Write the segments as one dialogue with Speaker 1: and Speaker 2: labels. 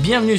Speaker 1: Bienvenue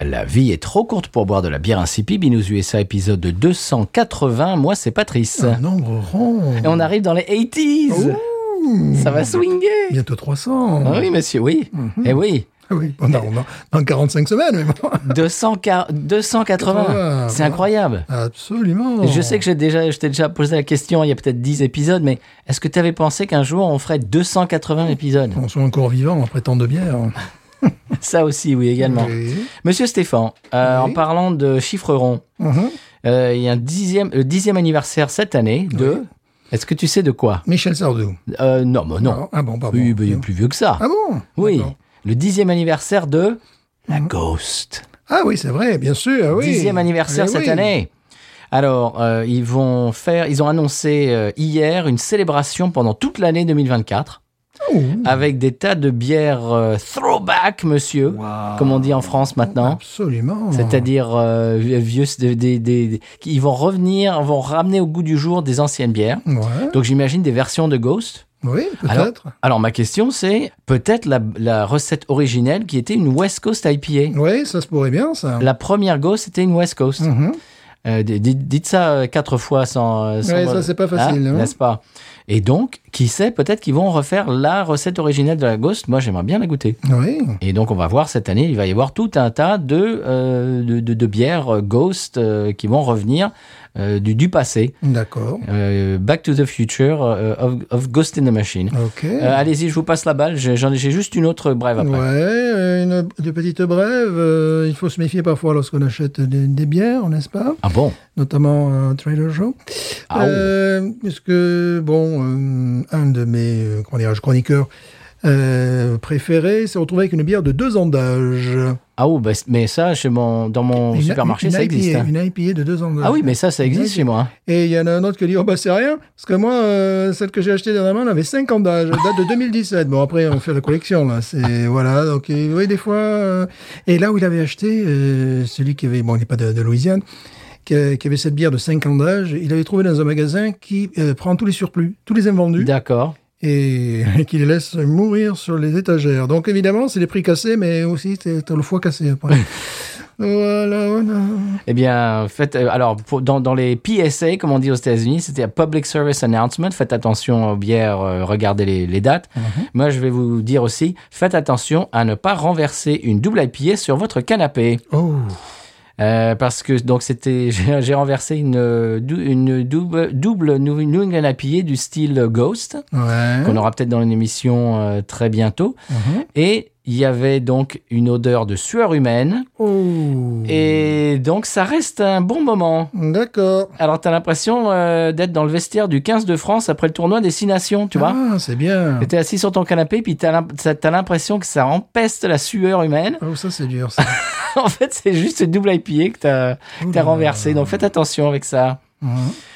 Speaker 1: La vie est trop courte pour boire de la bière insipide. Binous USA épisode 280. Moi, c'est Patrice.
Speaker 2: Un nombre rond.
Speaker 1: Et on arrive dans les 80s. Ça va swinger.
Speaker 2: Bientôt 300.
Speaker 1: Ah oui, monsieur, oui. Eh oui.
Speaker 2: Ah oui. On a, on a dans 45 semaines, mais bon.
Speaker 1: 200 ca- 280.
Speaker 2: Quatre-vingts,
Speaker 1: C'est
Speaker 2: voilà.
Speaker 1: incroyable.
Speaker 2: Absolument.
Speaker 1: Et Je sais que j'ai déjà, je t'ai déjà posé la question il y a peut-être 10 épisodes, mais est-ce que tu avais pensé qu'un jour on ferait 280 épisodes
Speaker 2: On soit encore vivant après tant de bière.
Speaker 1: Ça aussi, oui, également.
Speaker 2: Oui.
Speaker 1: Monsieur Stéphane, euh,
Speaker 2: Oui.
Speaker 1: en parlant de chiffres ronds,
Speaker 2: Mhm.
Speaker 1: euh, il y a un dixième, le dixième anniversaire cette année de... Est-ce que tu sais de quoi
Speaker 2: Michel Sardou.
Speaker 1: Euh, Non, mais non.
Speaker 2: Alors, Ah bon, pardon.
Speaker 1: oui, mais il est plus vieux que ça.
Speaker 2: Ah bon
Speaker 1: oui.
Speaker 2: D'accord.
Speaker 1: Le dixième anniversaire de... La Ghost.
Speaker 2: Ah oui, c'est vrai, bien sûr. ah oui.
Speaker 1: Dixième anniversaire
Speaker 2: Eh
Speaker 1: cette
Speaker 2: oui.
Speaker 1: année. Alors, euh, ils vont faire, ils ont annoncé euh, hier une célébration pendant toute l'année 2024.
Speaker 2: Oh.
Speaker 1: avec des tas de bières euh, throwback, monsieur, comme on dit en France maintenant.
Speaker 2: Absolument.
Speaker 1: C'est-à-dire euh, vieux, des, des- des- qui vont revenir, vont ramener au goût du jour des anciennes bières.
Speaker 2: Ouais.
Speaker 1: Donc j'imagine des versions de Ghost.
Speaker 2: Oui,
Speaker 1: Alors,
Speaker 2: peut-être.
Speaker 1: alors ma question c'est peut-être la, la recette originelle qui était une West Coast IPA.
Speaker 2: Oui, ça se pourrait bien, ça.
Speaker 1: La première Ghost était une West Coast.
Speaker 2: Mhm.
Speaker 1: Euh, d- dites dites ça euh, quatre fois sans. euh, sans-
Speaker 2: Ouais, ça, c'est pas facile,
Speaker 1: Ah,
Speaker 2: hein.
Speaker 1: n'est-ce pas Et donc, qui sait, peut-être qu'ils vont refaire la recette originelle de la Ghost. Moi, j'aimerais bien la goûter.
Speaker 2: Oui.
Speaker 1: Et donc, on va voir cette année, il va y avoir tout un tas de, euh, de, de- de bières euh, Ghost euh, qui vont revenir euh, du, du passé.
Speaker 2: D'accord.
Speaker 1: Euh, Back to the Future euh, of, of Ghost in the Machine.
Speaker 2: Ok.
Speaker 1: Euh, Allez-y, je vous passe la balle. J'ai j'en ai- j'ai juste une autre brève après.
Speaker 2: Ouais, euh, une, de petites brèves. euh, il faut se méfier parfois lorsqu'on achète des, des bières, n'est-ce pas
Speaker 1: Ah bon
Speaker 2: Notamment euh, Trader Joe.
Speaker 1: Ah,
Speaker 2: Euh, puisque, bon, euh, un de mes euh, comment dirais-je, chroniqueurs euh, préférés s'est retrouvé avec une bière de deux ans d'âge.
Speaker 1: Ah oh, bah, c- mais ça, chez mon, dans mon
Speaker 2: Une-
Speaker 1: supermarché,
Speaker 2: une
Speaker 1: ça
Speaker 2: IPA,
Speaker 1: existe. hein.
Speaker 2: Une IPA de deux ans d'âge.
Speaker 1: Ah oui, mais ça, ça existe chez moi. hein.
Speaker 2: Et il y en a un autre qui dit Oh, bah, c'est rien, parce que moi, euh, celle que j'ai achetée dernièrement, elle avait 5 ans d'âge, elle date de 2017. Bon, après, on fait la collection, là. C'est, voilà. Donc, et, oui, des fois. euh, et là où il avait acheté, euh, celui qui avait, bon, il n'est pas de, de Louisiane, qui, a- qui avait cette bière de 5 ans d'âge, il avait trouvé dans un magasin qui euh, prend tous les surplus, tous les invendus,
Speaker 1: D'accord.
Speaker 2: et, qui les laisse mourir sur les étagères. Donc, évidemment, c'est des prix cassés, mais aussi, t'es- t'as le foie cassé après. voilà, voilà.
Speaker 1: Eh bien, faites, euh, alors, pour- dans, dans les PSA, comme on dit aux États-Unis, c'était un Public Service Announcement. Faites attention aux bières, euh, regardez les, les dates. Moi, je vais vous dire aussi, faites attention à ne pas renverser une double IPA sur votre canapé.
Speaker 2: Oh,
Speaker 1: Euh, parce que, donc, c'était, j'ai j'ai renversé une, euh, dou- une double, double New New England IPA du style Ghost,
Speaker 2: ouais.
Speaker 1: qu'on aura peut-être dans une émission euh, très bientôt.
Speaker 2: Mhm.
Speaker 1: Et il y avait donc une odeur de sueur humaine.
Speaker 2: Oh.
Speaker 1: Et donc, ça reste un bon moment.
Speaker 2: D'accord.
Speaker 1: Alors, t'as l'impression euh, d'être dans le vestiaire du 15 de France après le tournoi des Six Nations, tu vois
Speaker 2: Ah, c'est bien.
Speaker 1: T'es assis sur ton canapé, puis t'as l'im- t'as t'as l'impression que ça empeste la sueur humaine.
Speaker 2: Oh, ça, c'est dur, ça.
Speaker 1: en fait, c'est juste ce double IPA que t'as que t'as
Speaker 2: Oula.
Speaker 1: renversé. Donc, faites attention avec ça.
Speaker 2: Mhm.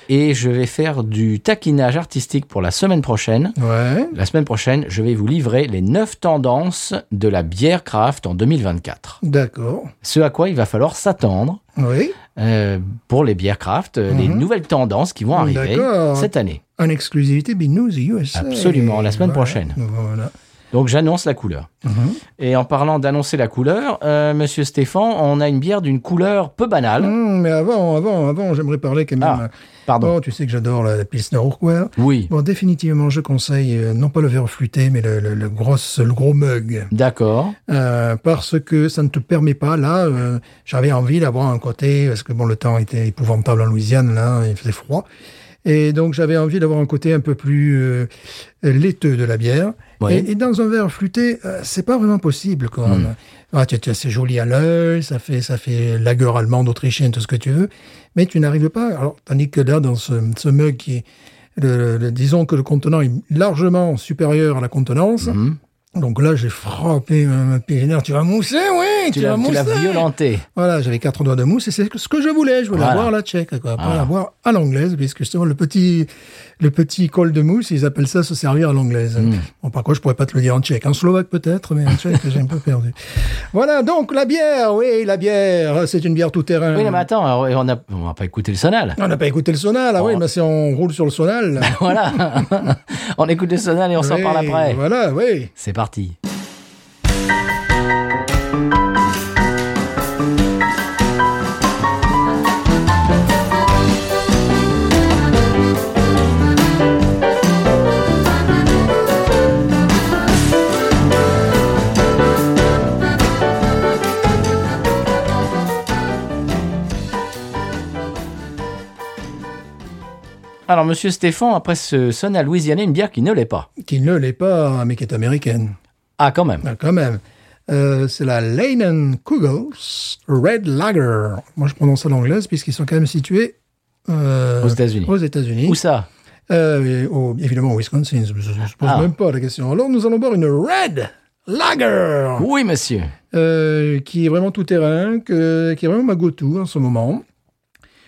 Speaker 1: Et je vais faire du taquinage artistique pour la semaine prochaine.
Speaker 2: Ouais.
Speaker 1: La semaine prochaine, je vais vous livrer les 9 tendances de la bière craft en 2024.
Speaker 2: D'accord.
Speaker 1: Ce à quoi il va falloir s'attendre
Speaker 2: Oui.
Speaker 1: euh, pour les bières craft, euh, les
Speaker 2: Mhm.
Speaker 1: nouvelles tendances qui vont arriver
Speaker 2: D'accord.
Speaker 1: cette année.
Speaker 2: En exclusivité, Binous USA.
Speaker 1: Absolument, la semaine prochaine.
Speaker 2: Voilà.
Speaker 1: Donc j'annonce la couleur.
Speaker 2: Mhm.
Speaker 1: Et en parlant d'annoncer la couleur, euh, Monsieur Stéphane, on a une bière d'une couleur peu banale.
Speaker 2: Hum, mais avant, avant, avant, j'aimerais parler quand
Speaker 1: Ah,
Speaker 2: même.
Speaker 1: pardon.
Speaker 2: Bon, tu sais que j'adore la, la Pilsner Urquell.
Speaker 1: Oui,
Speaker 2: Bon, définitivement, je conseille euh, non pas le verre flûté, mais le, le, le gros, le gros mug.
Speaker 1: d'accord.
Speaker 2: Euh, parce que ça ne te permet pas. Là, euh, j'avais envie d'avoir un côté, parce que bon, le temps était épouvantable en Louisiane, là, il faisait froid. Et donc, j'avais envie d'avoir un côté un peu plus euh, laiteux de la bière.
Speaker 1: Oui.
Speaker 2: Et, et dans un verre flûté, euh, c'est pas vraiment possible. Quand
Speaker 1: Hmm.
Speaker 2: ah, tu- tu- c'est joli à l'œil, ça fait, ça fait lagueur allemande, autrichienne, tout ce que tu veux. Mais tu n'arrives pas. Alors, tandis que là, dans ce, ce mug
Speaker 1: Hmm.
Speaker 2: qui est, le- le- disons que le contenant est largement supérieur à la contenance. Donc là, j'ai frappé ma, ma pégénère. Tu vas mousser, oui, tu,
Speaker 1: Tu
Speaker 2: vas
Speaker 1: l'as tu
Speaker 2: mousser.
Speaker 1: l'as violenté.
Speaker 2: Voilà, j'avais quatre doigts de mousse et c'est ce que je voulais. Je voulais
Speaker 1: Voilà.
Speaker 2: avoir la tchèque, quoi. Pas
Speaker 1: Voilà.
Speaker 2: l'avoir à l'anglaise, puisque justement, le petit, le petit col de mousse, ils appellent ça se servir à l'anglaise.
Speaker 1: Hmm.
Speaker 2: Bon, par contre, je pourrais pas te le dire en tchèque. En slovaque, peut-être, mais en tchèque, j'ai un peu perdu. Voilà, donc, la bière, oui, la bière, c'est une bière tout terrain.
Speaker 1: Oui, non, mais attends, alors, on n'a on va pas écouté le sonal.
Speaker 2: On n'a pas écouté le sonal, ah
Speaker 1: Oh.
Speaker 2: oui, mais si on roule sur le sonal.
Speaker 1: Voilà. on écoute le sonal et on s'en
Speaker 2: Oui,
Speaker 1: parle après.
Speaker 2: Voilà, oui.
Speaker 1: C'est parti. Alors, monsieur Stéphane, après ce sonal louisianais, une bière qui ne l'est pas.
Speaker 2: Qui ne l'est pas, mais qui est américaine.
Speaker 1: Ah, quand même.
Speaker 2: Ah, quand même. Euh, c'est la Leinen Kugels Red Lager. Moi, je prononce ça à l'anglaise puisqu'ils sont quand même situés euh,
Speaker 1: Aux États-Unis.
Speaker 2: Aux États-Unis.
Speaker 1: Où ça
Speaker 2: Euh, et au- évidemment, au Wisconsin. Je ne pose
Speaker 1: Ah.
Speaker 2: même pas la question. Alors, nous allons boire une Red Lager
Speaker 1: Oui, monsieur.
Speaker 2: euh, qui est vraiment tout terrain, que, qui est vraiment ma go-to en ce moment.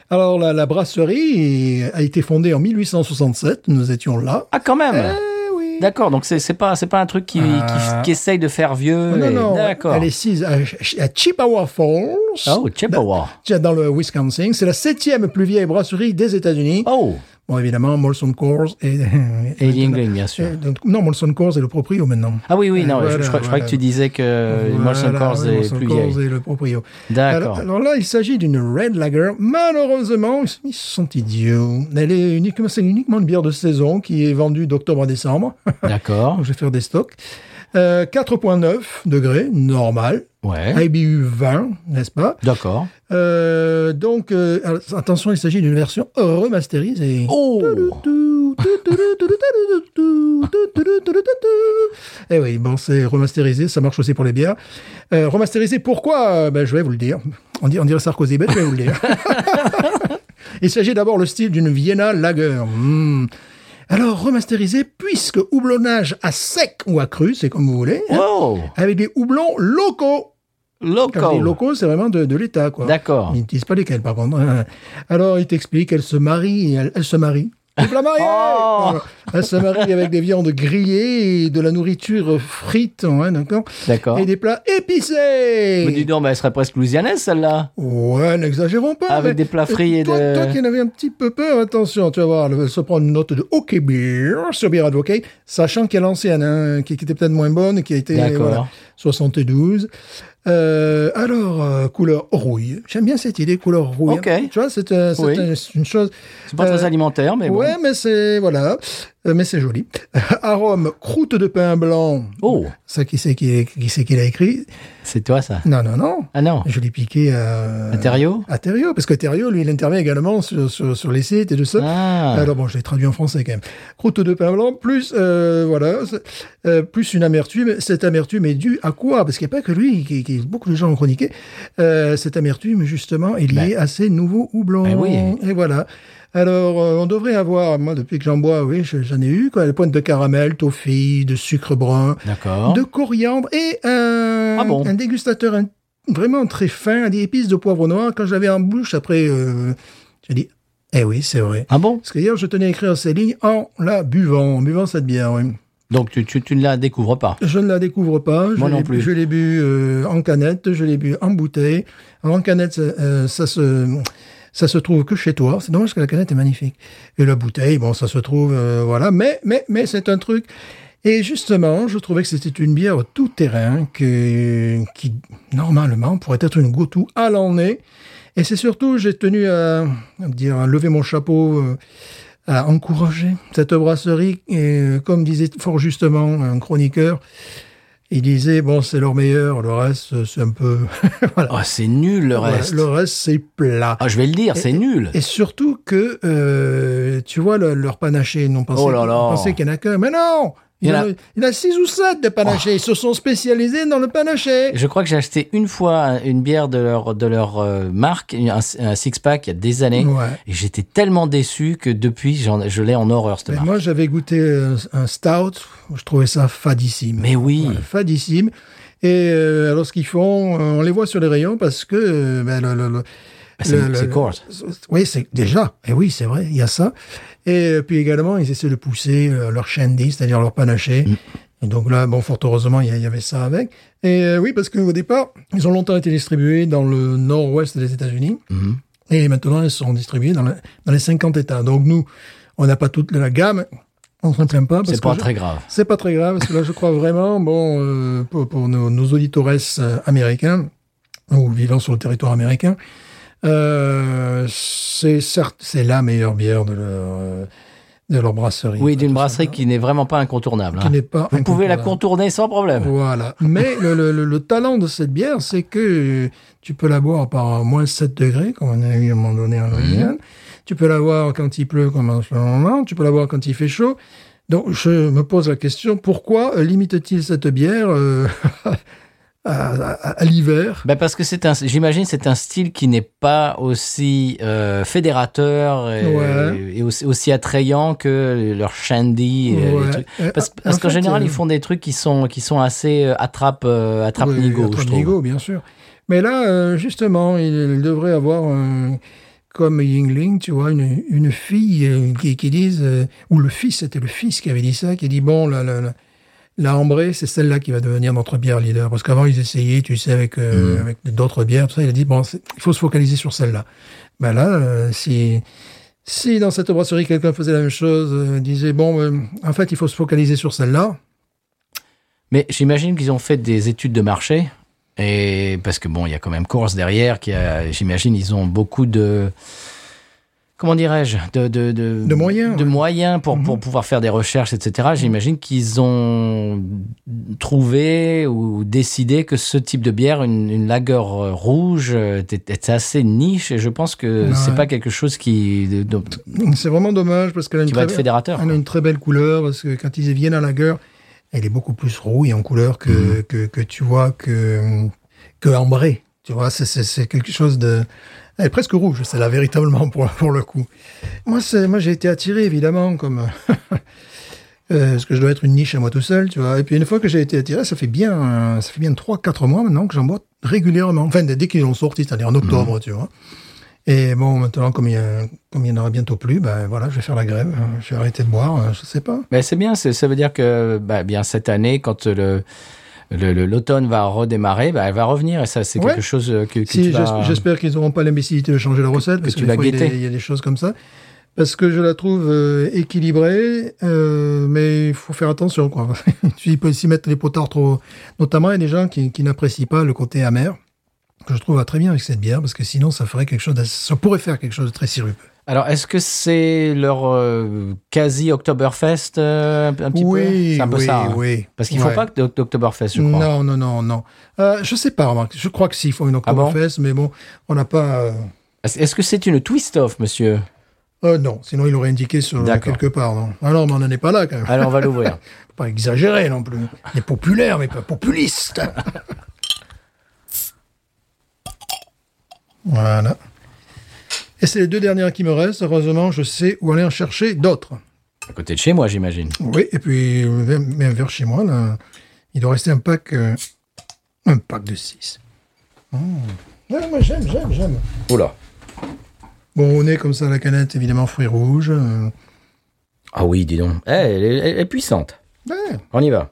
Speaker 2: Alors, la, la brasserie a été fondée en 1867. Nous étions là.
Speaker 1: Ah, quand même.
Speaker 2: Eh oui.
Speaker 1: D'accord, donc c'est c'est pas c'est pas un truc qui,
Speaker 2: Ah.
Speaker 1: qui, qui essaye de faire vieux.
Speaker 2: Non,
Speaker 1: et-
Speaker 2: non,
Speaker 1: D'accord.
Speaker 2: elle est sise à, à Chippewa Falls.
Speaker 1: Oh, Chippewa.
Speaker 2: Tiens, dans le Wisconsin. C'est la septième plus vieille brasserie des États-Unis.
Speaker 1: Oh,
Speaker 2: Bon, évidemment, Molson Coors et.
Speaker 1: et Yingling, bien sûr.
Speaker 2: et donc- non, Molson Coors est le proprio maintenant.
Speaker 1: Ah oui, oui, non,
Speaker 2: Voilà,
Speaker 1: je, je crois- je crois
Speaker 2: voilà.
Speaker 1: que tu disais que Euh, Molson
Speaker 2: Voilà,
Speaker 1: Coors
Speaker 2: ouais,
Speaker 1: est
Speaker 2: Molson
Speaker 1: plus
Speaker 2: Coors
Speaker 1: vieille.
Speaker 2: est le proprio. Alors,
Speaker 1: D'accord.
Speaker 2: alors là, il s'agit d'une Red Lager. Malheureusement, ils sont- ils sont idiots. Elle est uniquement, c'est uniquement une bière de saison qui est vendue d'octobre à décembre.
Speaker 1: D'accord.
Speaker 2: Donc, je vais faire des stocks. Euh, 4,9 degrés, normal.
Speaker 1: Ouais.
Speaker 2: IBU 20, n'est-ce pas
Speaker 1: D'accord.
Speaker 2: Euh, donc, euh, alors, attention, il s'agit d'une version remasterisée.
Speaker 1: Oh
Speaker 2: Eh oui, bon, c'est remasterisé, ça marche aussi pour les bières. Euh, remasterisé, pourquoi Euh, ben, Je vais vous le dire. On, dit, on dirait Sarkozy, ben, je vais vous le dire. il s'agit d'abord le style d'une Vienna Lager. Hmm. Alors, remasterisé, puisque houblonnage à sec ou à cru, c'est comme vous voulez, hein,
Speaker 1: Oh
Speaker 2: avec des houblons locaux. Quand je dis
Speaker 1: Local.
Speaker 2: locaux, c'est vraiment de, de l'État, quoi.
Speaker 1: D'accord.
Speaker 2: Ils ne disent pas lesquels, par contre. hein. Alors, ils t'expliquent, elle se marie, elle, elle se marie. Vive la mariée
Speaker 1: Oh
Speaker 2: Voilà. Elle se marie avec des viandes grillées et de la nourriture frite, hein, d'accord
Speaker 1: D'accord.
Speaker 2: Et des plats épicés
Speaker 1: Mais dis donc, bah, elle serait presque louisianaise celle-là.
Speaker 2: Ouais, n'exagérons pas.
Speaker 1: Avec des plats frits et
Speaker 2: toi,
Speaker 1: de-
Speaker 2: Toi qui en avais un petit peu peur, attention, tu vas voir, elle va se prendre une note de hockey beer sur Beer Advocate, sachant qu'elle est ancienne, hein, qui, qui était peut-être moins bonne, qui a été
Speaker 1: D'accord.
Speaker 2: voilà, 72. Euh, alors, euh, couleur rouille. J'aime bien cette idée, couleur rouille.
Speaker 1: Ok.
Speaker 2: Tu vois, c'est euh, c'est,
Speaker 1: Oui.
Speaker 2: euh, c'est une chose...
Speaker 1: C'est pas très
Speaker 2: Euh,
Speaker 1: alimentaire, mais bon.
Speaker 2: ouais, mais c'est... Voilà. Euh, mais c'est joli. Arôme, croûte de pain blanc.
Speaker 1: Oh,
Speaker 2: Ça, qui c'est qui, qui, c'est qui l'a écrit
Speaker 1: c'est toi ça.
Speaker 2: Non, non, non.
Speaker 1: Ah non.
Speaker 2: Je l'ai piqué à...
Speaker 1: Matériaux
Speaker 2: À Thériault, parce que Thériault, lui, il intervient également sur, sur, sur les sites et tout ça.
Speaker 1: Ah.
Speaker 2: Alors bon, je l'ai traduit en français quand même. Croûte de pain blanc, plus euh, voilà, c'est- euh, plus une amertume. Cette amertume est due à quoi Parce qu'il n'y a pas que lui, qui, qui- beaucoup de gens ont chroniqué. Euh, cette amertume, justement, est liée à ces nouveaux houblons.
Speaker 1: Ben oui.
Speaker 2: Et voilà. Alors, euh, on devrait avoir, moi, depuis que j'en bois, oui, je- j'en ai eu, quoi, des pointes de caramel, toffee, de sucre brun,
Speaker 1: D'accord.
Speaker 2: de coriandre et un,
Speaker 1: Hein Ah bon
Speaker 2: un dégustateur in- vraiment très fin, des épices de poivre noir. Quand j'avais en bouche, après, euh, j'ai dit, eh oui, c'est vrai.
Speaker 1: Ah bon
Speaker 2: Parce que hier, je tenais à écrire ces lignes en la buvant, en buvant cette bière. oui.
Speaker 1: Donc tu, tu, tu ne la découvres pas.
Speaker 2: Je ne la découvre pas. Je
Speaker 1: Moi non
Speaker 2: l'ai-
Speaker 1: plus.
Speaker 2: Je l'ai bu euh, en canette, je l'ai bu en bouteille. Alors, en canette, ça, euh, ça se... Ça se trouve que chez toi. C'est dommage que la canette est magnifique. Et la bouteille, bon, ça se trouve, euh, voilà. Mais, mais, mais c'est un truc. Et justement, je trouvais que c'était une bière tout terrain que, qui, normalement, pourrait être une go-to à l'année. Et c'est surtout, j'ai tenu à, à me dire, à lever mon chapeau euh, à encourager cette brasserie. Et euh, comme disait fort justement un chroniqueur, il disait bon c'est leur meilleur, le reste euh, c'est un peu voilà.
Speaker 1: Oh, c'est nul le
Speaker 2: Voilà,
Speaker 1: reste.
Speaker 2: le reste c'est plat.
Speaker 1: Ah, je vais le dire, c'est nul.
Speaker 2: Et surtout que euh, tu vois le- leur panaché, non pensait
Speaker 1: Oh là là.
Speaker 2: qu'il y en a qu'un, mais non,
Speaker 1: Il y
Speaker 2: Il,
Speaker 1: en
Speaker 2: en
Speaker 1: a- Oh.
Speaker 2: a... il a six ou sept de panachés. Ils se sont spécialisés dans le panaché.
Speaker 1: Je crois que j'ai acheté une fois une bière de leur, de leur euh, marque, un, un six-pack, il y a des années.
Speaker 2: Ouais.
Speaker 1: Et j'étais tellement déçu que depuis, j'en- je l'ai en horreur, cette
Speaker 2: Mais
Speaker 1: marque.
Speaker 2: moi, j'avais goûté euh, un stout. Je trouvais ça fadissime.
Speaker 1: Mais oui.
Speaker 2: Voilà, fadissime. Et euh, alors, ce qu'ils font, euh, on les voit sur les rayons parce que. euh, ben, le- le- le- le-
Speaker 1: Ah, C'est
Speaker 2: le-
Speaker 1: c'est court.
Speaker 2: Oui, c'est déjà. Et oui, c'est vrai, il y a ça. Et euh, puis également, ils essaient de pousser euh, leur shandy, c'est-à-dire leur panaché.
Speaker 1: Mm.
Speaker 2: Et donc là, bon, fort heureusement, il y, a- il y avait ça avec. Et euh, oui, parce qu'au départ, ils ont longtemps été distribués dans le nord-ouest des États-Unis.
Speaker 1: Mm-hmm.
Speaker 2: Et maintenant, ils sont distribués dans, la- dans les 50 États. Donc nous, on n'a pas toute la gamme. On ne se plaint pas. parce
Speaker 1: C'est
Speaker 2: que
Speaker 1: pas
Speaker 2: je-
Speaker 1: très grave.
Speaker 2: c'est pas très grave, parce que là, je crois vraiment, bon, euh, pour, pour nos, nos auditores euh, américains, ou vivant sur le territoire américain, euh, c'est certes, c'est la meilleure bière de leur, euh, de leur brasserie.
Speaker 1: Oui, d'une
Speaker 2: bah, Tout
Speaker 1: brasserie qui n'est vraiment pas incontournable.
Speaker 2: ça, qui
Speaker 1: hein.
Speaker 2: n'est pas.
Speaker 1: Vous pouvez la
Speaker 2: incontournable.
Speaker 1: contourner sans problème.
Speaker 2: Voilà. Mais le, le- le- le talent de cette bière, c'est que euh, tu peux la boire par moins 7 degrés, comme on a eu à un moment donné en Louisiane. Tu peux la boire quand il pleut, comme en ce moment. Tu peux la boire quand il fait chaud. Donc, je me pose la question, pourquoi euh, limite-t-il cette bière euh, à, à- à l'hiver
Speaker 1: Ben parce que c'est un, j'imagine, c'est un style qui n'est pas aussi euh, fédérateur et,
Speaker 2: Ouais.
Speaker 1: et aussi, aussi attrayant que leur shandy. et les
Speaker 2: Ouais.
Speaker 1: trucs.
Speaker 2: Euh,
Speaker 1: Parce,
Speaker 2: en
Speaker 1: parce qu'en
Speaker 2: fait,
Speaker 1: général,
Speaker 2: euh,
Speaker 1: ils font des trucs qui sont, qui sont assez euh, attrape, euh, attrape
Speaker 2: Oui,
Speaker 1: nigo, je trouve.
Speaker 2: attrape-nigo, bien sûr. Mais là, euh, justement, il, il devrait avoir un- comme Yingling, tu vois, une, une fille euh, qui, qui dise, euh, ou le fils, c'était le fils qui avait dit ça, qui dit, bon, la, la, la, la ambrée, c'est celle-là qui va devenir notre bière leader. Parce qu'avant, ils essayaient, tu sais, avec, euh,
Speaker 1: Mhm.
Speaker 2: avec d'autres bières, tout ça, il a dit, bon, c'est- il faut se focaliser sur celle-là. Ben là, euh, si... Si dans cette brasserie quelqu'un faisait la même chose, euh, disait bon, euh, en fait il faut se focaliser sur celle-là,
Speaker 1: Mais j'imagine qu'ils ont fait des études de marché. Et parce que bon, il y a quand même course derrière. Qui a, j'imagine, ils ont beaucoup de comment dirais-je de de, de,
Speaker 2: De moyens,
Speaker 1: de
Speaker 2: ouais. Mhm.
Speaker 1: moyens pour pour pouvoir faire des recherches, etc. J'imagine qu'ils ont trouvé ou décidé que ce type de bière, une, une lager euh, rouge, euh, était était assez niche. Et je pense que
Speaker 2: Ouais.
Speaker 1: c'est pas quelque chose qui de- de-
Speaker 2: c'est vraiment dommage parce qu'elle a une
Speaker 1: qui va
Speaker 2: très
Speaker 1: être
Speaker 2: belle-
Speaker 1: fédérateur.
Speaker 2: Elle a
Speaker 1: quoi.
Speaker 2: une très belle couleur parce que quand ils viennent à la gueule, elle est beaucoup plus rouille en couleur que, que, que tu vois que, que ambrée. Tu vois, c'est- c'est c'est quelque chose de. Elle est presque rouge, c'est là véritablement pour, pour le coup. Moi, c'est- moi j'ai été attiré évidemment comme. euh, parce que je dois être une niche à moi tout seul, tu vois. Et puis une fois que j'ai été attiré, ça fait bien, euh, ça fait bien 3-4 mois maintenant que j'en bois régulièrement. Enfin, dès qu'ils l'ont sorti, c'est-à-dire en octobre, tu vois. Et bon, maintenant, comme il, y a- comme il y en aura bientôt plus, ben voilà, je vais faire la grève, euh, je vais arrêter de boire, euh, je sais pas.
Speaker 1: Mais Ben, c'est bien, c'est- ça veut dire que bah, bien cette année, quand le le- le- l'automne va redémarrer, bah, elle va revenir et ça c'est
Speaker 2: Ouais.
Speaker 1: quelque chose euh, que, que
Speaker 2: Si,
Speaker 1: tu vas-
Speaker 2: j'es- j'espère qu'ils n'auront pas l'imbécilité de changer la recette, parce
Speaker 1: tu
Speaker 2: que, des
Speaker 1: vas
Speaker 2: fois, il y a
Speaker 1: guetter.
Speaker 2: des- il y a des choses comme ça. Parce que je la trouve euh, équilibrée, euh, mais il faut faire attention, quoi. il peut s'y mettre les potards trop... Notamment, il y a des gens qui, qui n'apprécient pas le côté amer, que je trouve va très bien avec cette bière, parce que sinon, ça ferait quelque chose... d'assez- Ça pourrait faire quelque chose de très sirupeux.
Speaker 1: Alors est-ce que c'est leur euh, quasi Oktoberfest euh, un un petit peu C'est un peu
Speaker 2: oui,
Speaker 1: ça. hein.
Speaker 2: oui.
Speaker 1: Parce qu'ils font
Speaker 2: Ouais.
Speaker 1: pas que d'Oktoberfest, je crois.
Speaker 2: Non, non, non, non. Euh, je sais pas, Marc. Je crois que s'ils font une
Speaker 1: Ah bon
Speaker 2: Oktoberfest, mais bon, on n'a pas. euh,
Speaker 1: Est-ce est-ce que c'est une twist-off, monsieur
Speaker 2: euh, non, sinon il aurait indiqué sur euh,
Speaker 1: D'accord. Ah.
Speaker 2: quelque part. Non. Alors, mais on n'en est pas là quand même.
Speaker 1: Allez, on va l'ouvrir.
Speaker 2: Faut Pas exagéré non plus. Il est populaire, mais pas populiste. voilà. Et c'est les deux dernières qui me restent. Heureusement, je sais où aller en chercher d'autres.
Speaker 1: à côté de chez moi, j'imagine.
Speaker 2: Oui, et puis euh, même même vers chez moi, là, il doit rester un pack, euh, un pack de 6. moi j'aime, j'aime, j'aime.
Speaker 1: Oula.
Speaker 2: Bon, on est comme ça à la canette, évidemment, fruits rouges. euh,
Speaker 1: Ah oui, dis donc. Eh, elle, est- elle est puissante.
Speaker 2: ouais.
Speaker 1: On y va.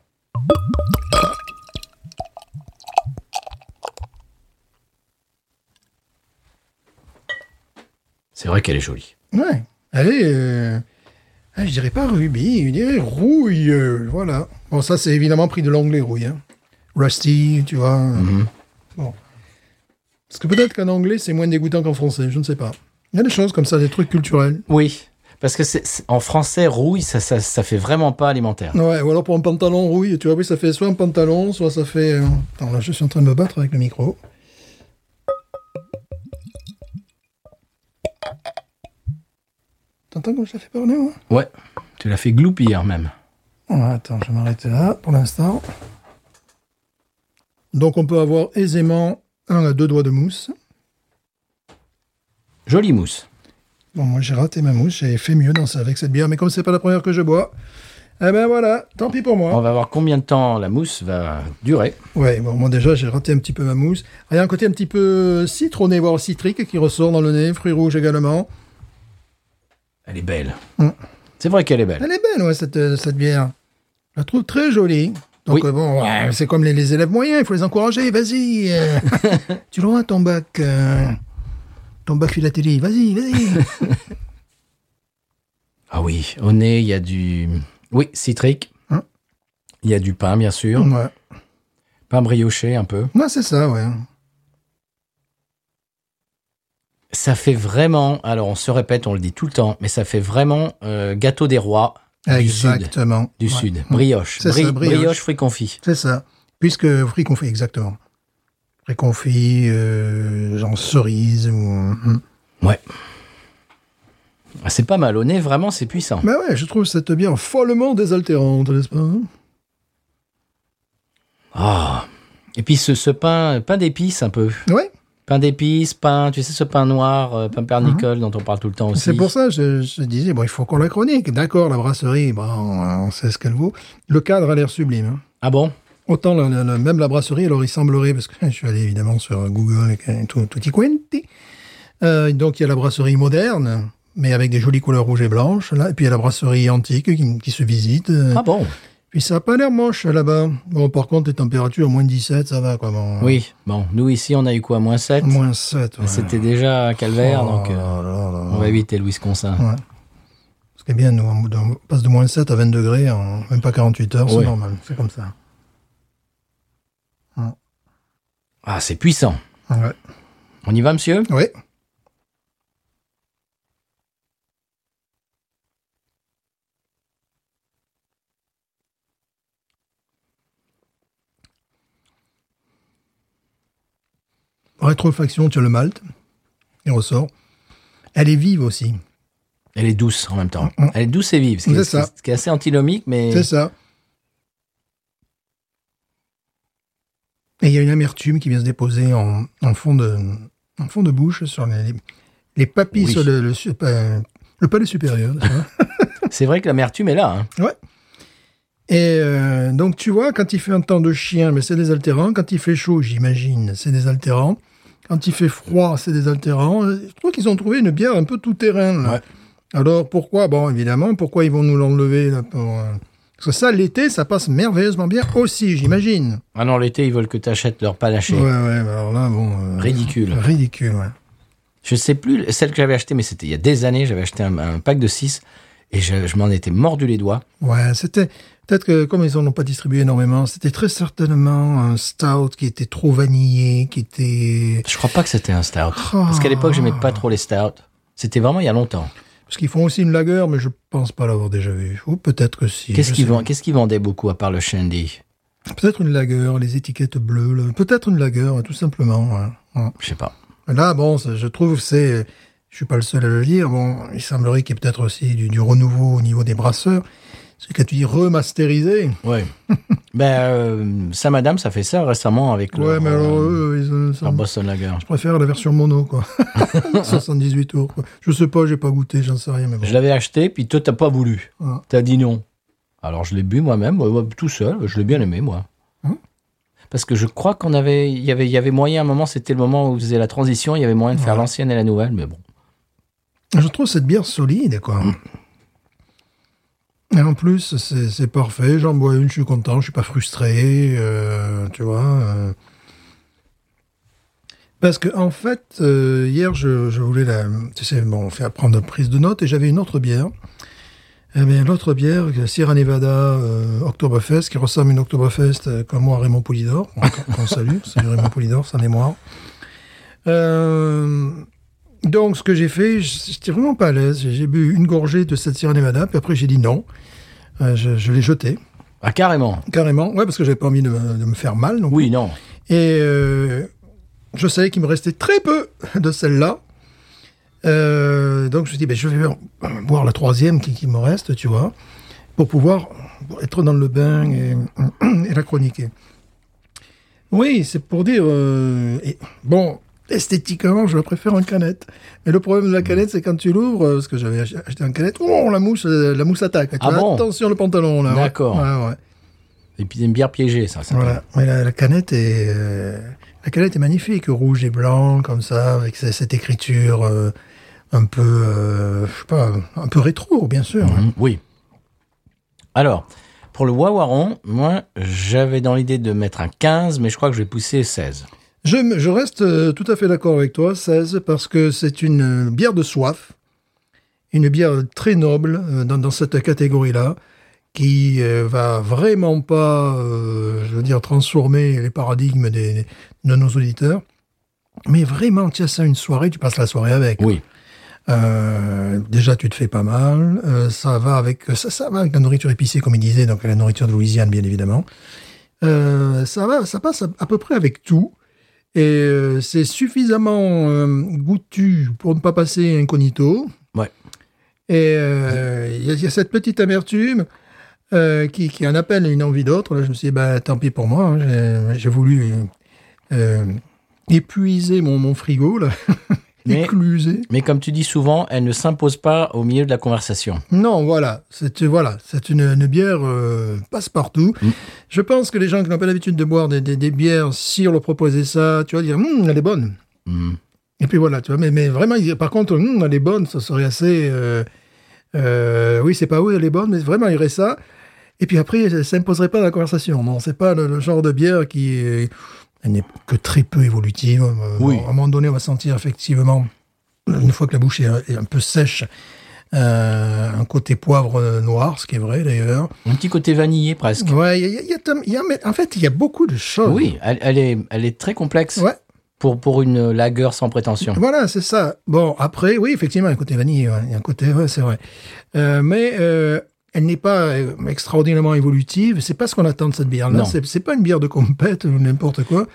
Speaker 1: C'est vrai qu'elle est jolie.
Speaker 2: Ouais. Elle est, euh, ah, je dirais pas rubis, il est rouille. euh, voilà. Bon, ça, c'est évidemment pris de l'anglais rouille. hein. Rusty, tu vois. euh, Bon. Parce que peut-être qu'en anglais, c'est moins dégoûtant qu'en français, je ne sais pas. Il y a des choses comme ça, des trucs culturels.
Speaker 1: Oui, parce que c'est c'est- en français, rouille, ça, ça, ça fait vraiment pas alimentaire.
Speaker 2: Ouais, ou alors pour un pantalon rouille, tu vois, oui, ça fait soit un pantalon, soit ça fait. euh, Attends, là, je suis en train de me battre avec le micro. T'entends comme je la fais parler, moi
Speaker 1: Ouais, tu l'as fait gloupir même.
Speaker 2: Ah, Attends, je vais m'arrêter là pour l'instant. Donc on peut avoir aisément un à deux doigts de mousse.
Speaker 1: Jolie mousse.
Speaker 2: Bon, moi j'ai raté ma mousse, j'avais fait mieux dans ça avec cette bière, mais comme c'est pas la première que je bois, eh ben voilà, tant pis pour
Speaker 1: On
Speaker 2: moi.
Speaker 1: va voir combien de temps la mousse va durer.
Speaker 2: Ouais, bon, moi déjà j'ai raté un petit peu ma mousse. Ah, Il y a un côté un petit peu citronné, voire citrique qui ressort dans le nez, fruits rouges également.
Speaker 1: Elle est belle.
Speaker 2: Mm.
Speaker 1: C'est vrai qu'elle est belle.
Speaker 2: Elle est belle, ouais, cette, euh, cette bière. Je la trouve très jolie.
Speaker 1: Oui.
Speaker 2: Donc euh, bon, ouais, c'est comme les, les élèves moyens, il faut les encourager, vas-y. euh, tu l'auras ton bac. euh, ton bac philatélie, vas-y, vas-y.
Speaker 1: Ah oui, au nez, il y a du. Oui, citrique.
Speaker 2: Mm.
Speaker 1: Il y a du pain, bien sûr.
Speaker 2: ouais.
Speaker 1: Pain brioché, un peu.
Speaker 2: Ouais, c'est ça, ouais.
Speaker 1: Ça fait vraiment. Alors, on se répète, on le dit tout le temps, mais ça fait vraiment euh, gâteau des rois du sud.
Speaker 2: Exactement.
Speaker 1: Du
Speaker 2: Ouais.
Speaker 1: sud. Brioche.
Speaker 2: C'est ça, brioche.
Speaker 1: fruits confits.
Speaker 2: C'est ça. Puisque fruits confits, exactement. Fruits confits, euh, genre cerise ou. hmm.
Speaker 1: Ouais. Ah, C'est pas mal. Au nez, vraiment, c'est puissant.
Speaker 2: Bah ouais, je trouve cette bière follement désaltérante, n'est-ce pas hein
Speaker 1: Ah. Et puis ce, ce pain, pain d'épices un peu.
Speaker 2: Ouais,
Speaker 1: Pain d'épices, pain, tu sais, ce pain noir, euh, pain pernicole dont on parle tout le temps aussi.
Speaker 2: Mm-hmm. c'est pour ça que je, je disais, bon, il faut qu'on la chronique. D'accord, la brasserie, bon, on sait ce qu'elle vaut. Le cadre a l'air sublime. hein.
Speaker 1: Ah bon
Speaker 2: Autant la- la- la- même la brasserie, alors il semblerait, parce que je suis allé évidemment sur Google et tout, tout y quanti. Euh, donc il y a la brasserie moderne, mais avec des jolies couleurs rouges et blanches, là. Et puis il y a la brasserie antique qui, qui se visite. euh,
Speaker 1: Ah bon
Speaker 2: Puis ça a pas l'air moche là-bas. Bon, par contre, les températures, moins 17, ça va, quoi. Bon,
Speaker 1: Oui. Bon, nous ici, on a eu quoi Moins 7
Speaker 2: Moins 7. ouais.
Speaker 1: C'était déjà un calvaire,
Speaker 2: Oh
Speaker 1: donc euh,
Speaker 2: là là là.
Speaker 1: on va éviter le Wisconsin.
Speaker 2: Ouais. Ce qui est bien, nous, on on passe de moins 7 à 20 degrés en même pas 48 heures, c'est
Speaker 1: Ouais.
Speaker 2: normal, c'est comme ça.
Speaker 1: Ah, c'est puissant.
Speaker 2: Ouais.
Speaker 1: On y va, monsieur
Speaker 2: Ouais. Rétrofaction, tu as le malt, il ressort. Elle est vive aussi,
Speaker 1: Elle est douce en même temps.
Speaker 2: Mm, mm.
Speaker 1: Elle est douce et vive, ce qui,
Speaker 2: C'est
Speaker 1: est,
Speaker 2: ça.
Speaker 1: ce qui est assez antinomique, mais
Speaker 2: c'est ça. Et il y a une amertume qui vient se déposer en, en fond, de, en fond de bouche sur les, les papilles,
Speaker 1: Oui.
Speaker 2: sur le, le, su- euh, le palais supérieur. ça va
Speaker 1: c'est vrai que l'amertume est là. hein.
Speaker 2: Et euh, donc tu vois, quand il fait un temps de chien, mais c'est désaltérant. Quand il fait chaud, j'imagine, c'est désaltérant. Quand il fait froid, c'est désaltérant. Euh, Je trouve qu'ils ont trouvé une bière un peu tout terrain. là.
Speaker 1: Ouais.
Speaker 2: Alors pourquoi Bon, évidemment, pourquoi ils vont nous l'enlever là pour, euh, Parce que ça, l'été, ça passe merveilleusement bien aussi, j'imagine.
Speaker 1: Ah non, l'été, ils veulent que tu achètes leur panaché.
Speaker 2: Ouais, ouais. Alors là, bon. euh,
Speaker 1: Mmh. Ridicule.
Speaker 2: Ridicule, ouais.
Speaker 1: Je sais plus celle que j'avais achetée, mais c'était il y a des années. J'avais acheté un, un pack de 6 et je, je m'en étais mordu les doigts.
Speaker 2: Ouais, c'était peut-être que comme ils en ont pas distribué énormément, c'était très certainement un stout qui était trop vanillé, qui était
Speaker 1: Je crois pas que c'était un stout.
Speaker 2: Ah.
Speaker 1: Parce qu'à l'époque, j'aimais pas trop les stouts. C'était vraiment il y a longtemps.
Speaker 2: Parce qu'ils font aussi une lagueur, mais je pense pas l'avoir déjà vu. Ou peut-être que si.
Speaker 1: Qu'est-ce
Speaker 2: je
Speaker 1: qu'ils
Speaker 2: sais
Speaker 1: vend- qu'est-ce qu'ils vendaient beaucoup à part le shandy
Speaker 2: pas. Peut-être une lagueur, les étiquettes bleues. là. Peut-être une lagueur, tout simplement. ouais. Ouais.
Speaker 1: Je sais pas.
Speaker 2: Là, bon, ça, je trouve que c'est. Je suis pas le seul à le dire. Bon, il semblerait qu'il y ait peut-être aussi du, du renouveau au niveau des brasseurs. C'est quand tu dis remasterisé.
Speaker 1: Ouais. ben, euh, sa madame, ça fait ça récemment avec
Speaker 2: Ouais,
Speaker 1: leur,
Speaker 2: mais alors,
Speaker 1: euh,
Speaker 2: eux, ils, euh,
Speaker 1: leur
Speaker 2: sont-
Speaker 1: Boston Lager.
Speaker 2: je préfère la version mono, quoi. 78 tours, quoi. Je sais pas, j'ai pas goûté, j'en sais rien, mais bon.
Speaker 1: Je l'avais acheté, puis toi, t'as pas voulu.
Speaker 2: Ouais.
Speaker 1: T'as dit non. Alors, je l'ai bu moi-même, euh, ouais, ouais, tout seul. Je l'ai bien aimé, moi.
Speaker 2: Hein
Speaker 1: Parce que je crois qu'on avait, il y avait, il y avait moyen, à un moment, c'était le moment où vous faisiez la transition, il y avait moyen de faire
Speaker 2: Ouais.
Speaker 1: l'ancienne et la nouvelle, mais bon.
Speaker 2: Je trouve cette bière solide, quoi. Et en plus, c'est c'est parfait. J'en bois une, je suis content, je suis pas frustré, euh, tu vois. euh. Parce que en fait, euh, hier, je, je voulais la, tu sais, bon, faire prendre prise de notes et j'avais une autre bière. Eh bien, l'autre bière, Sierra Nevada euh, Oktoberfest, qui ressemble à une Oktoberfest euh, comme moi à Raymond Poulidor, Bon, qu'on- qu'on salue, salut Raymond Poulidor, sa mémoire. Euh, donc, ce que j'ai fait, j- j'étais vraiment pas à l'aise. J'ai- J'ai bu une gorgée de cette Sierra Nevada, puis après j'ai dit non. Euh, je je l'ai jetée,
Speaker 1: Ah, carrément.
Speaker 2: carrément. Ouais, parce que j'avais pas envie de, me- de me faire mal. non plus.
Speaker 1: Oui, non.
Speaker 2: Et euh, je savais qu'il me restait très peu de celle-là. Euh, donc je me suis dit, ben, je vais boire la troisième qui, qui me reste, tu vois. pour pouvoir être dans le bain et, et la chroniquer. Oui, c'est pour dire. euh, et- bon, esthétiquement, je la préfère en canette. Mais le problème de la canette, c'est quand tu l'ouvres, euh, parce que j'avais ach- acheté en canette, oh, la mousse, euh, la mousse attaque. Tu
Speaker 1: Ah
Speaker 2: vois,
Speaker 1: bon
Speaker 2: Attention le pantalon là. ouais.
Speaker 1: D'accord.
Speaker 2: Ouais, ouais.
Speaker 1: Et puis une bière piégée, ça. ça
Speaker 2: Voilà. Ouais, la, la canette est euh, la canette est magnifique, rouge et blanc comme ça, avec ce- cette écriture euh, un peu, euh, je sais pas, un peu rétro, bien sûr.
Speaker 1: Mhm, Oui. Alors, pour le Wawaron, moi, j'avais dans l'idée de mettre un 15, mais je crois que je vais pousser 16.
Speaker 2: Je, me- je reste euh, tout à fait d'accord avec toi, 16, parce que c'est une euh, bière de soif, une bière très noble euh, dans, dans cette catégorie-là, qui euh, va vraiment pas, euh, je veux dire, transformer les paradigmes des- de nos auditeurs. Mais vraiment, tu as ça une soirée, tu passes la soirée avec.
Speaker 1: Oui.
Speaker 2: Euh, déjà, tu te fais pas mal. Euh, ça va avec ça, ça va avec la nourriture épicée, comme il disait, donc la nourriture de Louisiane, bien évidemment. Euh, ça va, ça passe à, à peu près avec tout. Et euh, c'est suffisamment euh, goûtu pour ne pas passer incognito.
Speaker 1: Ouais.
Speaker 2: Et euh, il y, a- il y a cette petite amertume euh, qui, qui en appelle une envie d'autre. Là, je me suis dit, bah, tant pis pour moi. hein. J'ai- J'ai voulu euh, épuiser mon, mon frigo, là.
Speaker 1: Mais-
Speaker 2: écluser.
Speaker 1: Mais comme tu dis souvent, elle ne s'impose pas au milieu de la conversation.
Speaker 2: Non, voilà, c'est voilà, c'est une, une bière euh, passe-partout. Je pense que les gens qui n'ont pas l'habitude de boire des, des- des bières, si on leur proposait ça, tu vas dire, Hum, elle est bonne.
Speaker 1: Mhm.
Speaker 2: Et puis voilà, tu vois, mais, mais vraiment, il- par contre, Hum, elle est bonne, ça serait assez. euh, euh, oui, c'est pas oui, elle est bonne, mais vraiment, il y aurait ça. Et puis après, elle s'imposerait pas dans la conversation. Non, c'est pas le, le genre de bière qui est- elle n'est que très peu évolutive. Euh,
Speaker 1: Oui.
Speaker 2: À un moment donné, on va sentir effectivement, une fois que la bouche est un- est un peu sèche, euh, un côté poivre euh, noir, ce qui est vrai d'ailleurs.
Speaker 1: Un petit côté vanillé presque.
Speaker 2: Ouais, il y a- il y a, tam- il y a- mais en fait, il y a beaucoup de choses.
Speaker 1: Oui, elle, elle est, elle est très complexe
Speaker 2: Oh. Ouais,
Speaker 1: pour, pour une lagueur sans prétention.
Speaker 2: voilà, c'est ça. Bon, après, oui, effectivement, il y a un côté vanille, ouais, il y a un côté, ouais, c'est vrai. Euh, mais euh, elle n'est pas euh, extraordinairement évolutive. C'est pas ce qu'on attend de cette bière-là.
Speaker 1: Non.
Speaker 2: C'est c'est pas une bière de compète ou n'importe quoi.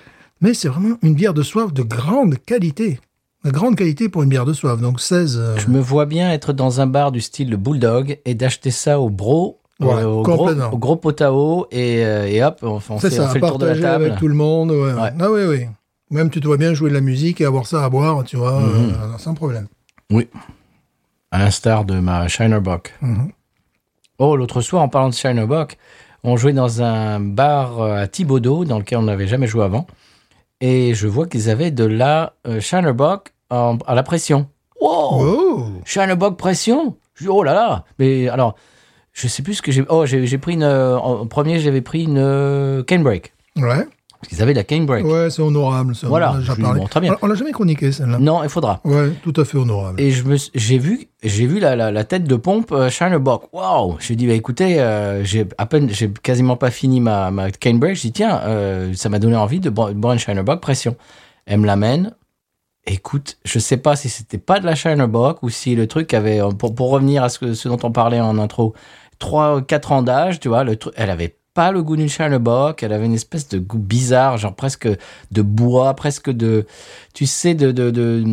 Speaker 2: Mais c'est vraiment une bière de soif de grande qualité. De grande qualité pour une bière de soif. Donc 16. euh,
Speaker 1: Je me vois bien être dans un bar du style le Bulldog et d'acheter ça au bro,
Speaker 2: Ouais,
Speaker 1: au, au gros,
Speaker 2: complètement.
Speaker 1: au gros pot à eau et, euh, et hop, on, fait- on
Speaker 2: C'est
Speaker 1: fait- on
Speaker 2: ça,
Speaker 1: fait le tour de la
Speaker 2: partager
Speaker 1: table.
Speaker 2: avec tout le monde. ouais.
Speaker 1: Ouais.
Speaker 2: Ah oui, oui. Même tu te vois bien jouer de la musique et avoir ça à boire, tu vois,
Speaker 1: Mhm.
Speaker 2: euh, sans problème.
Speaker 1: à l'instar de ma Shinerbock.
Speaker 2: Mhm.
Speaker 1: Oh, l'autre soir, en parlant de Shinerbock, on jouait dans un bar euh, à Thibaudot, dans lequel on n'avait jamais joué avant. Et je vois qu'ils avaient de la euh, Shinerbock en- à la pression. Wow
Speaker 2: Oh
Speaker 1: Shinerbock pression Je dis, Oh là là Mais alors, je sais plus ce que j'ai... Oh, j'ai j'ai pris une... euh, En premier, j'avais pris une euh, Canebrake.
Speaker 2: Oh. Ouais,
Speaker 1: Parce qu'ils avaient de la Canebrake.
Speaker 2: ouais c'est honorable. Ça.
Speaker 1: Voilà,
Speaker 2: on en a déjà
Speaker 1: je lui-
Speaker 2: parlé.
Speaker 1: bon, très bien.
Speaker 2: On on l'a jamais chroniqué, celle-là.
Speaker 1: Non, il faudra.
Speaker 2: Ouais, tout à fait honorable.
Speaker 1: Et je me, suis- j'ai vu, j'ai vu la, la, la tête de pompe euh, Shinerbock. Waouh J'ai dit bah écoutez, euh, j'ai à peine, j'ai quasiment pas fini ma ma Canebreak. J'ai dit tiens, euh, ça m'a donné envie de bo- de boire une Shinerbock pression. Elle me l'amène. Écoute, je sais pas si c'était pas de la Shinerbock ou si le truc avait euh, pour, pour revenir à ce, que, ce dont on parlait en intro, 3 4 ans d'âge, tu vois, le truc, elle avait pas le goût d'une Shinerbock, elle avait une espèce de goût bizarre, genre presque de bois, presque de tu sais de de de,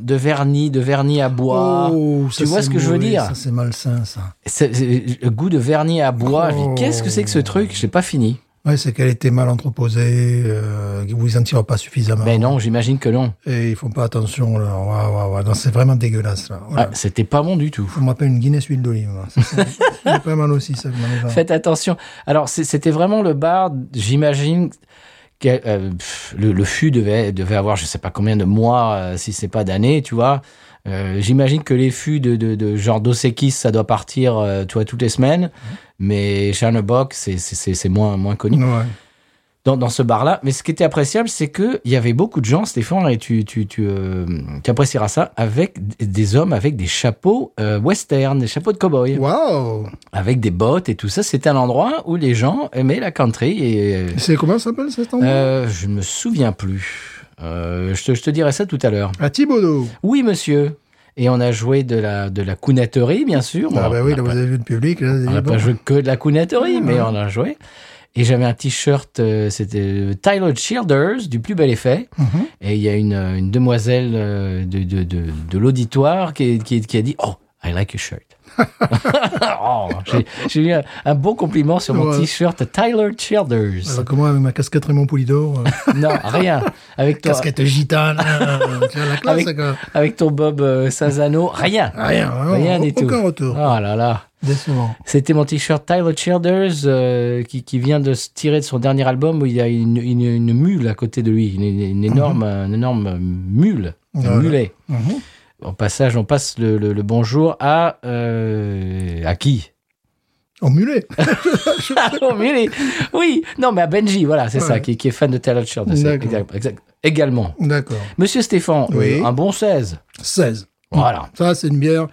Speaker 1: de vernis, de vernis à bois.
Speaker 2: Oh, ça,
Speaker 1: tu vois
Speaker 2: c'est
Speaker 1: ce que je veux
Speaker 2: mauvais,
Speaker 1: dire
Speaker 2: ça, C'est malsain, ça.
Speaker 1: C'est- c'est- le goût de vernis à bois. Je dis,
Speaker 2: Oh.
Speaker 1: Qu'est-ce que c'est que ce truc Je l'ai pas fini.
Speaker 2: Ouais, c'est qu'elle était mal entreposée, euh, vous en tirez pas suffisamment.
Speaker 1: Mais Ben non, j'imagine que non.
Speaker 2: Et ils font pas attention, là. Ouais, ouais, ouais. Non, c'est vraiment dégueulasse, là. Voilà.
Speaker 1: Ah, C'était pas bon du tout.
Speaker 2: Je me rappelle une Guinness huile d'olive. moi. Ça, C'est c'est pas mal aussi, ça. je m'en ai pas.
Speaker 1: Faites attention. Alors, c'est- c'était vraiment le bar, j'imagine. que, euh, pff, le, le fût devait, devait avoir je sais pas combien de mois, euh, si c'est pas d'années, tu vois. Euh, J'imagine que les fûts de, de, de genre d'Osekis, ça doit partir, euh, tu vois, toutes les semaines. Mais Charnebock, c'est c'est- c'est moins, moins connu.
Speaker 2: Ouais.
Speaker 1: dans, dans ce bar-là. Mais ce qui était appréciable, c'est que il y avait beaucoup de gens, Stéphane, et tu, tu, tu, euh, tu apprécieras ça, avec d- des hommes avec des chapeaux euh, western, des chapeaux de cow-boy,
Speaker 2: Waouh
Speaker 1: avec des bottes et tout ça. C'était un endroit où les gens aimaient la country. Et,
Speaker 2: C'est comment ça s'appelle cet endroit
Speaker 1: euh, je ne me souviens plus. Euh, je, te, je te dirai ça tout à l'heure.
Speaker 2: À Ah, Thibaudot.
Speaker 1: Oui, monsieur. Et on a joué de la, de la counetterie, bien sûr.
Speaker 2: Ah
Speaker 1: Bon,
Speaker 2: bah
Speaker 1: on
Speaker 2: oui,
Speaker 1: a
Speaker 2: là
Speaker 1: pas-
Speaker 2: vous avez vu le public. Là,
Speaker 1: on n'a
Speaker 2: bon. Ah,
Speaker 1: pas joué bah, que de la counetterie, mais
Speaker 2: Ouais.
Speaker 1: on a joué. Et j'avais un t-shirt, euh, c'était euh, Tyler Childers, du plus bel effet.
Speaker 2: Mhm.
Speaker 1: Et il y a une, euh, une demoiselle euh, de, de, de, de l'auditoire qui, qui, qui a dit Oh, I like your shirt. Oh, j'ai- J'ai eu un, un beau compliment sur mon
Speaker 2: Ouais.
Speaker 1: t-shirt Tyler Childers.
Speaker 2: Alors que moi, avec ma casquette Raymond Poulidor, euh,
Speaker 1: non, rien. Avec ton,
Speaker 2: casquette gitane, euh, tu vois, la classe,
Speaker 1: avec,
Speaker 2: quoi.
Speaker 1: avec ton Bob euh, Sazano, rien.
Speaker 2: Rien, vraiment,
Speaker 1: Rien du
Speaker 2: aucun
Speaker 1: tout.
Speaker 2: retour.
Speaker 1: Oh là là.
Speaker 2: Décevant.
Speaker 1: C'était mon t-shirt Tyler Childers euh, qui, qui vient de se tirer de son dernier album où il y a une, une- une mule à côté de lui, une, une énorme, un énorme mule, un
Speaker 2: Mhm. Voilà.
Speaker 1: mulet.
Speaker 2: Mhm.
Speaker 1: Au passage, on passe le, le- le bonjour à euh, à qui
Speaker 2: En mulet.
Speaker 1: Ah, au mulet. Oui, non, mais à Benji, voilà, c'est
Speaker 2: Ouais.
Speaker 1: ça, qui, qui est fan de Tyler Childers
Speaker 2: D'accord.
Speaker 1: Exact- exact- également.
Speaker 2: D'accord.
Speaker 1: Monsieur Stéphane,
Speaker 2: Oui.
Speaker 1: euh, un bon 16.
Speaker 2: 16.
Speaker 1: Voilà.
Speaker 2: Ça, c'est une bière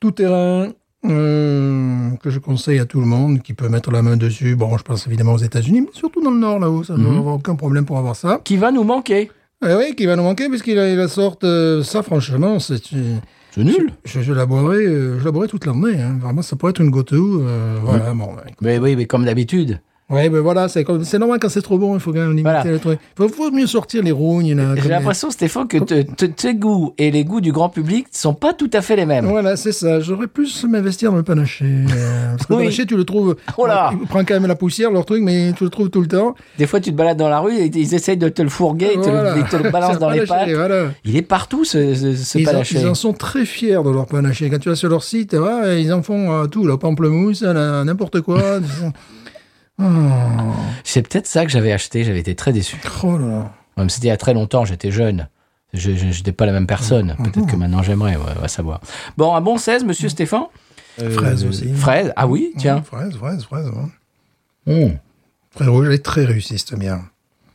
Speaker 2: tout terrain euh, que je conseille à tout le monde qui peut mettre la main dessus. Bon, je pense évidemment aux États-Unis, mais surtout dans le Nord là-haut. Ça ne
Speaker 1: Mhm.
Speaker 2: doit avoir aucun problème pour avoir ça.
Speaker 1: Qui va nous manquer
Speaker 2: Eh oui, qui va nous manquer puisqu'il a il la sorte. euh, ça, franchement, c'est. une-
Speaker 1: C'est nul.
Speaker 2: Je, je la boirais, euh, je la boirais toute l'année. hein. Vraiment, ça pourrait être une go-to. euh, Voilà, bon. ouais.
Speaker 1: Mais oui, mais comme d'habitude.
Speaker 2: Ouais, ben voilà, c'est comme- c'est normal quand c'est trop bon, il faut quand même limiter
Speaker 1: Voilà.
Speaker 2: le truc. Il faut, faut mieux sortir les rognes. là,
Speaker 1: J'ai
Speaker 2: comme-
Speaker 1: l'impression, Stéphane, que te- te- tes goûts et les goûts du grand public ne sont pas tout à fait les mêmes.
Speaker 2: Voilà, c'est ça. J'aurais plus m'investir dans le panaché. euh, parce que
Speaker 1: Oui.
Speaker 2: le panaché, tu le trouves.
Speaker 1: Oh là
Speaker 2: Il prend quand même la poussière, leur truc, mais tu le trouves tout le temps.
Speaker 1: Des fois, tu te balades dans la rue et ils essayent de te le fourguer, ils te, le-
Speaker 2: Voilà.
Speaker 1: ils te le
Speaker 2: C'est
Speaker 1: balancent
Speaker 2: un
Speaker 1: dans les
Speaker 2: panaché,
Speaker 1: pattes.
Speaker 2: voilà.
Speaker 1: Il est partout, ce, ce, ce
Speaker 2: Ils, en-
Speaker 1: panaché.
Speaker 2: ils en sont très fiers de leur panaché. Quand tu vas sur leur site, ouais, ils en font euh, tout, la pamplemousse, la- n'importe quoi. Ils font- oh,
Speaker 1: C'est peut-être ça que j'avais acheté, j'avais été très déçu.
Speaker 2: oh là là.
Speaker 1: Même si c'était il y a très longtemps, j'étais jeune. Je je- j'étais pas la même personne.
Speaker 2: Mm.
Speaker 1: Peut-être que maintenant j'aimerais, ouais, on va savoir. Bon, un bon 16, monsieur Stéphane
Speaker 2: Euh, Fraise aussi. Mm. Mmh,
Speaker 1: Fraise, ah oui, tiens.
Speaker 2: Fraise, fraise, fraise. ouais. Mm.
Speaker 1: Mmh.
Speaker 2: Frérot, elle est très réussie, cette bière.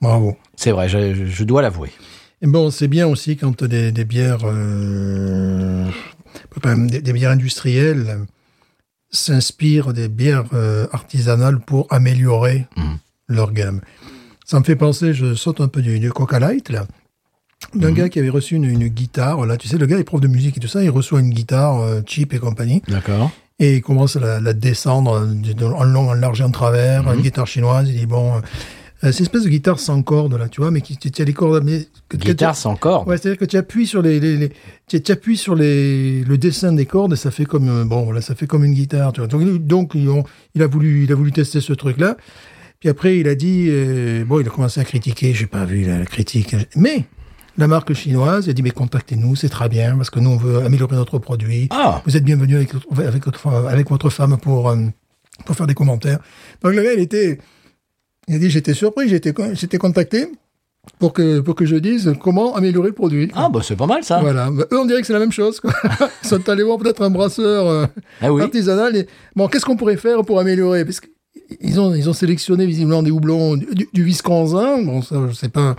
Speaker 2: Bravo.
Speaker 1: C'est vrai, je, je- je dois l'avouer.
Speaker 2: Et bon, c'est bien aussi quand t'as des, des bières, euh, pas- des, des bières industrielles euh, s'inspirent des bières euh, artisanales pour améliorer leur gamme. Ça me fait penser, je saute un peu du, du Coca Light là, d'un gars qui avait reçu une, une guitare. Là, tu sais, le gars est prof de musique et tout ça, il reçoit une guitare euh, cheap et compagnie.
Speaker 1: D'accord.
Speaker 2: Et il commence à la, la descendre euh, du- de- en long, en large et en travers, une guitare chinoise. Il dit, bon, euh, c'est une espèce de guitare sans corde, là, tu vois, mais qui tu tu as les cordes. Mais, que- que tu-
Speaker 1: Guitare sans corde.
Speaker 2: Ouais, c'est-à-dire que tu appuies sur les, les- les- tu, tu appuies sur les, le dessin des cordes et ça fait comme euh, bon voilà, ça fait comme une guitare. Tu vois. Donc, ils- donc, ils ont- il a voulu il a voulu tester ce truc là. Puis après il a dit euh, bon il a commencé à critiquer. J'ai pas vu la, la critique. Mais la marque chinoise il a dit mais contactez-nous c'est très bien parce que nous on veut améliorer notre produit.
Speaker 1: Ah.
Speaker 2: Vous êtes bienvenus avec votre- avec votre femme- avec votre femme pour euh, pour faire des commentaires. Donc le gars il était il a dit j'étais surpris j'étais con- j'étais contacté. Pour que, pour que je dise comment améliorer le produit.
Speaker 1: Ah, bah c'est pas mal ça.
Speaker 2: Voilà. Bah, eux, on dirait que c'est la même chose. Quoi. Ils sont allés voir peut-être un brasseur euh,
Speaker 1: Ah oui.
Speaker 2: artisanal. Et, bon, qu'est-ce qu'on pourrait faire pour améliorer Parce qu'ils ont, ils ont sélectionné visiblement des houblons du, du- du Visconsin. Bon, ça, je sais pas.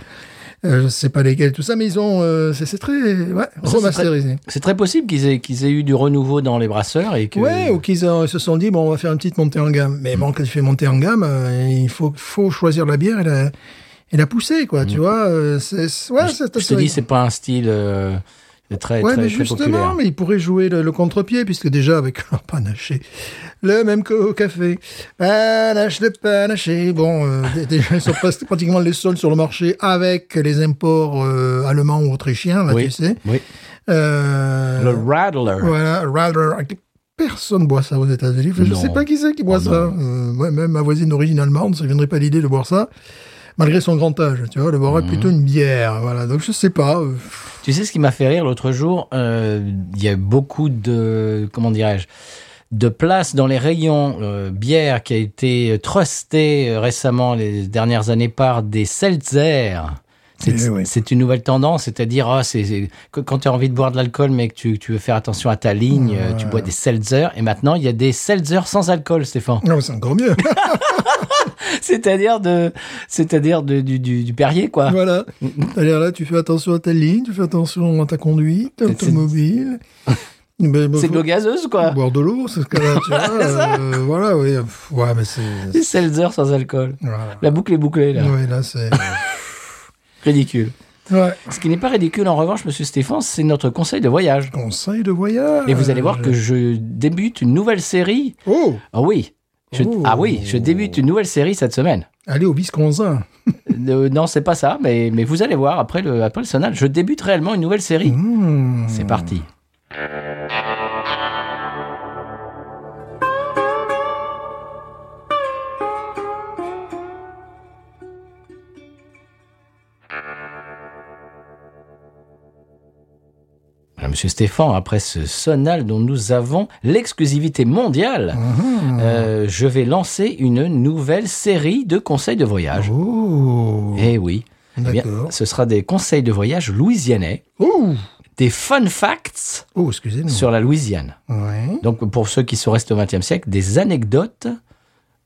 Speaker 2: euh, je sais pas lesquels, tout ça, mais ils ont, euh, c'est c'est très, ouais,
Speaker 1: c'est
Speaker 2: remasterisé.
Speaker 1: C'est très possible qu'ils aient, qu'ils aient eu du renouveau dans les brasseurs et que. Mm.
Speaker 2: Ouais, ou qu'ils ont- se sont dit, bon, on va faire une petite montée en gamme. Mais bon, quand tu fais montée en gamme, euh, il faut, faut choisir la bière et la, et la pousser, quoi, tu vois. euh, c'est, c'est- ouais,
Speaker 1: Mm. je,
Speaker 2: c'est-
Speaker 1: je te dis, c'est pas un style euh, très,
Speaker 2: Ouais,
Speaker 1: très, très
Speaker 2: mais justement,
Speaker 1: populaire.
Speaker 2: mais ils pourraient jouer le, le contre-pied, puisque déjà, avec leur panaché, le même qu'au café, panache de panaché, bon, euh, dé- déjà, ils sont presque- pratiquement les seuls sur le marché avec les imports euh, allemands ou autrichiens, là,
Speaker 1: Oui.
Speaker 2: tu sais.
Speaker 1: Oui.
Speaker 2: Euh,
Speaker 1: Le Rattler.
Speaker 2: Voilà, rather... Personne boit ça aux États-Unis. Enfin, Je ne
Speaker 1: Non.
Speaker 2: sais pas qui c'est qui boit
Speaker 1: Oh,
Speaker 2: ça. Euh, ouais, même ma voisine d'origine allemande, ça ne viendrait pas l'idée de boire ça, malgré son grand âge. Tu vois, elle boirait
Speaker 1: Mhm.
Speaker 2: plutôt une bière. Voilà, donc je ne sais pas. euh,
Speaker 1: Tu sais ce qui m'a fait rire l'autre jour euh, Il y a beaucoup de comment dirais-je de places dans les rayons euh, bière qui a été trustée euh, récemment les dernières années par des seltzer. C'est
Speaker 2: Eh oui.
Speaker 1: c'est une nouvelle tendance, c'est-à-dire ah, c'est- c'est- que- quand tu as envie de boire de l'alcool mais que tu, tu veux faire attention à ta ligne, euh, tu bois des seltzer. Et maintenant, il y a des seltzer sans alcool, Stéphane.
Speaker 2: Non, mais c'est encore mieux.
Speaker 1: c'est-à-dire de, c'est-à-dire de- du, du, du Perrier quoi.
Speaker 2: Voilà. D'ailleurs, là, tu fais attention à ta ligne, tu fais attention à ta conduite
Speaker 1: C'est-
Speaker 2: automobile. Ben, ben,
Speaker 1: C'est de
Speaker 2: faut
Speaker 1: l'eau gazeuse quoi.
Speaker 2: Boire de l'eau, c'est ce cas-là. tu vois, euh, voilà, oui. Pff, Ouais, mais c'est.
Speaker 1: Des seltzer sans alcool.
Speaker 2: Voilà.
Speaker 1: La boucle est bouclée là.
Speaker 2: Oui, là, c'est.
Speaker 1: Ridicule.
Speaker 2: ouais.
Speaker 1: Ce qui n'est pas ridicule en revanche, monsieur Stéphane, c'est notre conseil de voyage.
Speaker 2: Conseil de voyage.
Speaker 1: Et vous allez voir que je débute une nouvelle série.
Speaker 2: Oh
Speaker 1: Ah oui. Je-
Speaker 2: Oh.
Speaker 1: Ah oui, je débute une nouvelle série cette semaine.
Speaker 2: Allez au Visconsin.
Speaker 1: Euh, non, c'est pas ça, mais, mais vous allez voir après le, après le sonal, je débute Mmh. réellement une nouvelle série.
Speaker 2: Hmm.
Speaker 1: C'est parti. Voilà, Monsieur Stéphane, après ce sonal dont nous avons l'exclusivité mondiale, euh, je vais lancer une nouvelle série de conseils de voyage.
Speaker 2: Oh.
Speaker 1: Eh oui. Eh bien,
Speaker 2: D'accord.
Speaker 1: ce sera des conseils de voyage louisianais,
Speaker 2: Oh.
Speaker 1: des fun facts
Speaker 2: Oh, excusez-nous.
Speaker 1: sur la Louisiane.
Speaker 2: Ouais.
Speaker 1: Donc, pour ceux qui sont restés au XXe siècle, des anecdotes.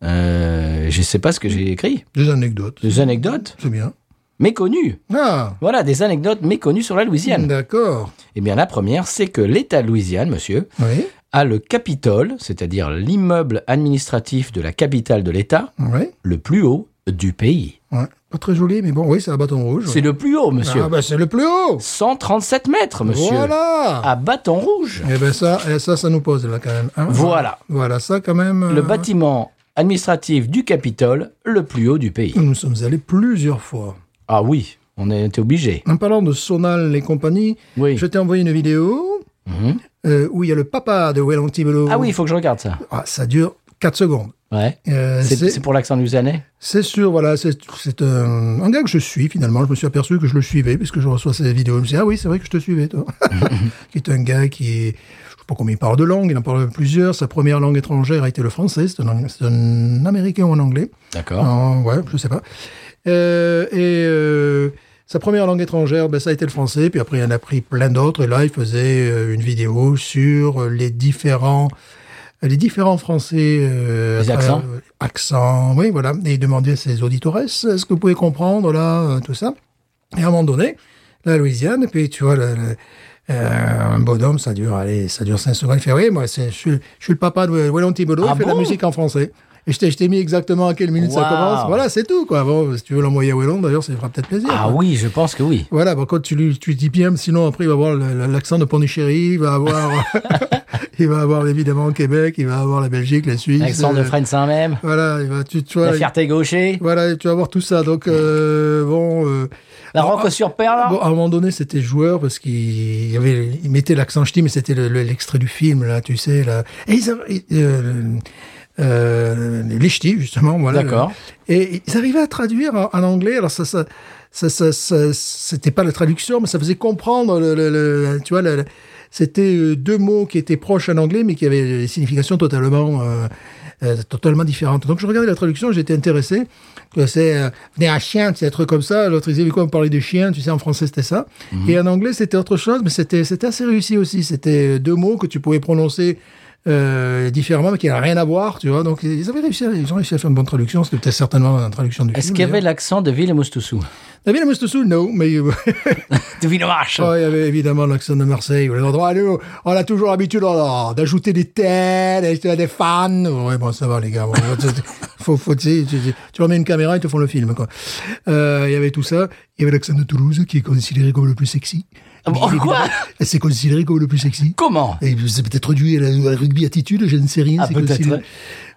Speaker 1: euh, je ne sais pas ce que j'ai écrit.
Speaker 2: Des anecdotes.
Speaker 1: Des anecdotes
Speaker 2: C'est bien.
Speaker 1: méconnues.
Speaker 2: Ah.
Speaker 1: Voilà, des anecdotes méconnues sur la Louisiane.
Speaker 2: D'accord.
Speaker 1: Eh bien, la première, c'est que l'État de Louisiane, monsieur,
Speaker 2: Oui.
Speaker 1: a le Capitole, c'est-à-dire l'immeuble administratif de la capitale de l'État,
Speaker 2: Ouais.
Speaker 1: le plus haut du pays.
Speaker 2: Ouais. Pas très joli, mais bon, oui, c'est à bâton rouge.
Speaker 1: C'est le plus haut, monsieur.
Speaker 2: Ah, bah, c'est le plus haut.
Speaker 1: 137 mètres, monsieur. Ah.
Speaker 2: Voilà.
Speaker 1: À bâton rouge.
Speaker 2: Eh ben ça, eh, ça, ça nous pose là quand même. hein.
Speaker 1: Voilà.
Speaker 2: Voilà, ça quand même. euh,
Speaker 1: Le bâtiment administratif du Capitole, le plus haut du pays.
Speaker 2: Nous sommes allés plusieurs fois.
Speaker 1: Ah oui, on a été obligé.
Speaker 2: En parlant de Sonal et compagnie,
Speaker 1: Oui.
Speaker 2: je t'ai envoyé une vidéo
Speaker 1: Mhm.
Speaker 2: euh, où il y a le papa de Wellon Thibodeau.
Speaker 1: Ah oui, il faut que je regarde ça.
Speaker 2: Ah, ça dure 4 secondes.
Speaker 1: Ouais.
Speaker 2: Euh,
Speaker 1: C'est
Speaker 2: c'est-
Speaker 1: c'est pour l'accent lusanais
Speaker 2: C'est sûr, voilà, c'est c'est un, un gars que je suis finalement. Je me suis aperçu que je le suivais puisque je reçois ses vidéos. Je me suis dit, ah oui, c'est vrai que je te suivais, toi. qui est un gars qui est, je sais pas combien il parle de langues, il en parle plusieurs. Sa première langue étrangère a été le français. C'est un, Ang- c'est un américain ou un anglais.
Speaker 1: D'accord.
Speaker 2: En- ouais, je sais pas. Euh, et euh, sa première langue étrangère, ben, ça a été le français. Puis après, il en a pris plein d'autres. Et là, il faisait euh, une vidéo sur euh, les différents les différents français euh,
Speaker 1: Les
Speaker 2: à travers-
Speaker 1: accents.
Speaker 2: euh, accents, oui, voilà. Et il demandait à ses auditeurs est-ce que vous pouvez comprendre là euh, tout ça Et à un moment donné, la Louisiane, puis tu vois le, le- euh, un bonhomme, ça dure, allez, ça dure 5 secondes. Il fait, oui, moi, c'est- je suis, je suis le papa de Wellon Thibodeau,
Speaker 1: Ah
Speaker 2: il fait la
Speaker 1: bon
Speaker 2: musique en français. Et je t'ai, je t'ai mis exactement à quelle minute ça
Speaker 1: Wow.
Speaker 2: commence. Voilà, c'est tout, quoi. Bon, si tu veux l'envoyer à Wellon, d'ailleurs, ça lui fera peut-être plaisir.
Speaker 1: Ah
Speaker 2: quoi.
Speaker 1: oui, je pense que oui.
Speaker 2: Voilà, bon, quand tu lui, tu lui dis bien, sinon après il va avoir le- le- l'accent de Pondichéry, il va avoir, il va avoir évidemment Québec, il va avoir la Belgique, la Suisse.
Speaker 1: L'accent de
Speaker 2: euh,
Speaker 1: Fred Saint-Même,
Speaker 2: Voilà, il va, tu, tu vois,
Speaker 1: la fierté gaucher,
Speaker 2: voilà, tu vas avoir tout ça. Donc euh, bon, euh,
Speaker 1: la roque sur perle.
Speaker 2: bon, à un moment donné, c'était joueur parce qu'il il y avait, il mettait l'accent ch'ti, mais c'était le- le- l'extrait du film là, tu sais là. Et ils arri- euh, euh, les ch'tis justement, voilà.
Speaker 1: D'accord.
Speaker 2: Et ils arrivaient à traduire en, en anglais. Alors ça, ça, ça, ça, ça- c'était pas la traduction, mais ça faisait comprendre. Le, le- le- tu vois, le- le- c'était euh, deux mots qui étaient proches en anglais, mais qui avaient des significations totalement, euh, euh, totalement différentes. Donc je regardais la traduction, j'étais intéressé. Que c'est euh, venez un chien, c'est un truc comme ça. L'autre il disait mais quoi, on parlait de chien. Tu sais, en français c'était ça. Et en anglais c'était autre chose, mais c'était, c'était assez réussi aussi. C'était euh, deux mots que tu pouvais prononcer. Euh, différemment, mais qui n'a rien à voir, tu vois. Donc, ils avaient réussi, à- ils ont réussi à faire une bonne traduction. C'était peut-être certainement une traduction du
Speaker 1: Est-ce
Speaker 2: film.
Speaker 1: qu'il y avait
Speaker 2: d'ailleurs.
Speaker 1: l'accent de Ville Moustoussou
Speaker 2: David Amostosou, non, mais euh,
Speaker 1: De Villemarche
Speaker 2: oh, il y avait évidemment l'accent de Marseille. Ou les endroits, allez, oh, on a toujours l'habitude oh, d'ajouter des têtes, d'ajouter des fans. Ouais, bon, ça va, les gars. Bon, faut, faut, tu, sais, tu, tu- tu remets une caméra, ils te font le film, quoi. Euh, il y avait tout ça. Il y avait l'accent de Toulouse, qui est considéré comme le plus sexy.
Speaker 1: Ah bon,
Speaker 2: Bien
Speaker 1: quoi
Speaker 2: évidemment. C'est considéré comme le plus sexy.
Speaker 1: Comment
Speaker 2: Et c'est peut-être dû à la, à la rugby attitude, je ne sais rien.
Speaker 1: Ah,
Speaker 2: c'est que
Speaker 1: peut-être,
Speaker 2: si le-
Speaker 1: ouais.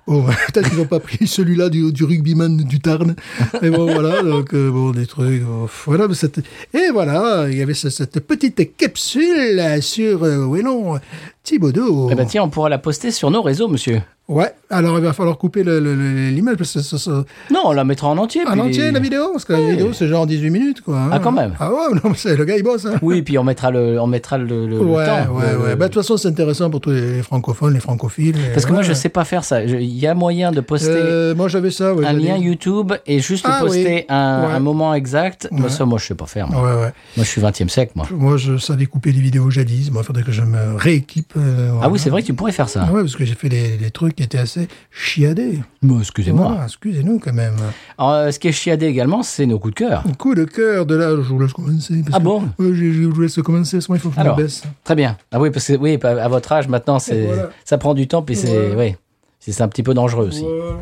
Speaker 2: Oh, peut-être qu'ils n'ont pas pris celui-là du, du rugbyman du Tarn. Mais bon, voilà, donc, euh, bon, des trucs. bon, voilà, mais c'était- et voilà, il y avait ce- cette petite capsule euh, sur euh, Wellon Thibaudot.
Speaker 1: Eh ben tiens, on pourra la poster sur nos réseaux, monsieur.
Speaker 2: Ouais, alors il va falloir couper le- le- le- l'image parce que ça. ça-
Speaker 1: Non, on la mettra en entier.
Speaker 2: En
Speaker 1: puis-
Speaker 2: entier, la vidéo Parce que la vidéo, c'est genre 18 minutes, quoi. hein.
Speaker 1: Ah, quand même.
Speaker 2: Ah ouais, non, mais c'est- le gars, il bosse. Hein.
Speaker 1: Oui, puis on mettra le, on mettra le, le- le
Speaker 2: ouais,
Speaker 1: temps.
Speaker 2: ouais,
Speaker 1: le-
Speaker 2: ouais. Bah, de toute façon, c'est intéressant pour tous les francophones, les francophiles. et
Speaker 1: Parce que moi,
Speaker 2: voilà.
Speaker 1: je sais pas faire ça. Je- Il y a moyen de poster
Speaker 2: Euh, moi j'avais ça, ouais,
Speaker 1: un
Speaker 2: j'allais-
Speaker 1: lien YouTube et juste
Speaker 2: Ah,
Speaker 1: poster
Speaker 2: oui.
Speaker 1: un,
Speaker 2: Ouais.
Speaker 1: un moment exact. Mais
Speaker 2: Ouais.
Speaker 1: ça, moi, je sais pas faire. Moi,
Speaker 2: Ouais, ouais.
Speaker 1: Moi, je suis 20e siècle, moi.
Speaker 2: Moi, je savais couper les vidéos jadis. Moi, il faudrait que je me rééquipe. euh,
Speaker 1: Ah
Speaker 2: voilà.
Speaker 1: oui, c'est vrai que tu pourrais faire ça.
Speaker 2: Ah ouais, parce que j'ai fait des, des trucs qui étaient assez chiadés.
Speaker 1: Bon, Bah, excusez-moi.
Speaker 2: Voilà, excusez-nous quand même.
Speaker 1: Alors, euh, ce qui est chiadé également, c'est nos coups de cœur.
Speaker 2: Coup de cœur de là, je vous laisse commencer. parce
Speaker 1: Ah
Speaker 2: que-
Speaker 1: bon
Speaker 2: Ouais, je, je vous laisse commencer, sinon il faut que je me
Speaker 1: Alors.
Speaker 2: baisse.
Speaker 1: Très bien. Ah oui, parce que oui, à votre âge maintenant, c'est
Speaker 2: Voilà.
Speaker 1: ça prend du temps, puis c'est
Speaker 2: Voilà.
Speaker 1: oui, c'est c'est un petit peu dangereux aussi.
Speaker 2: Voilà.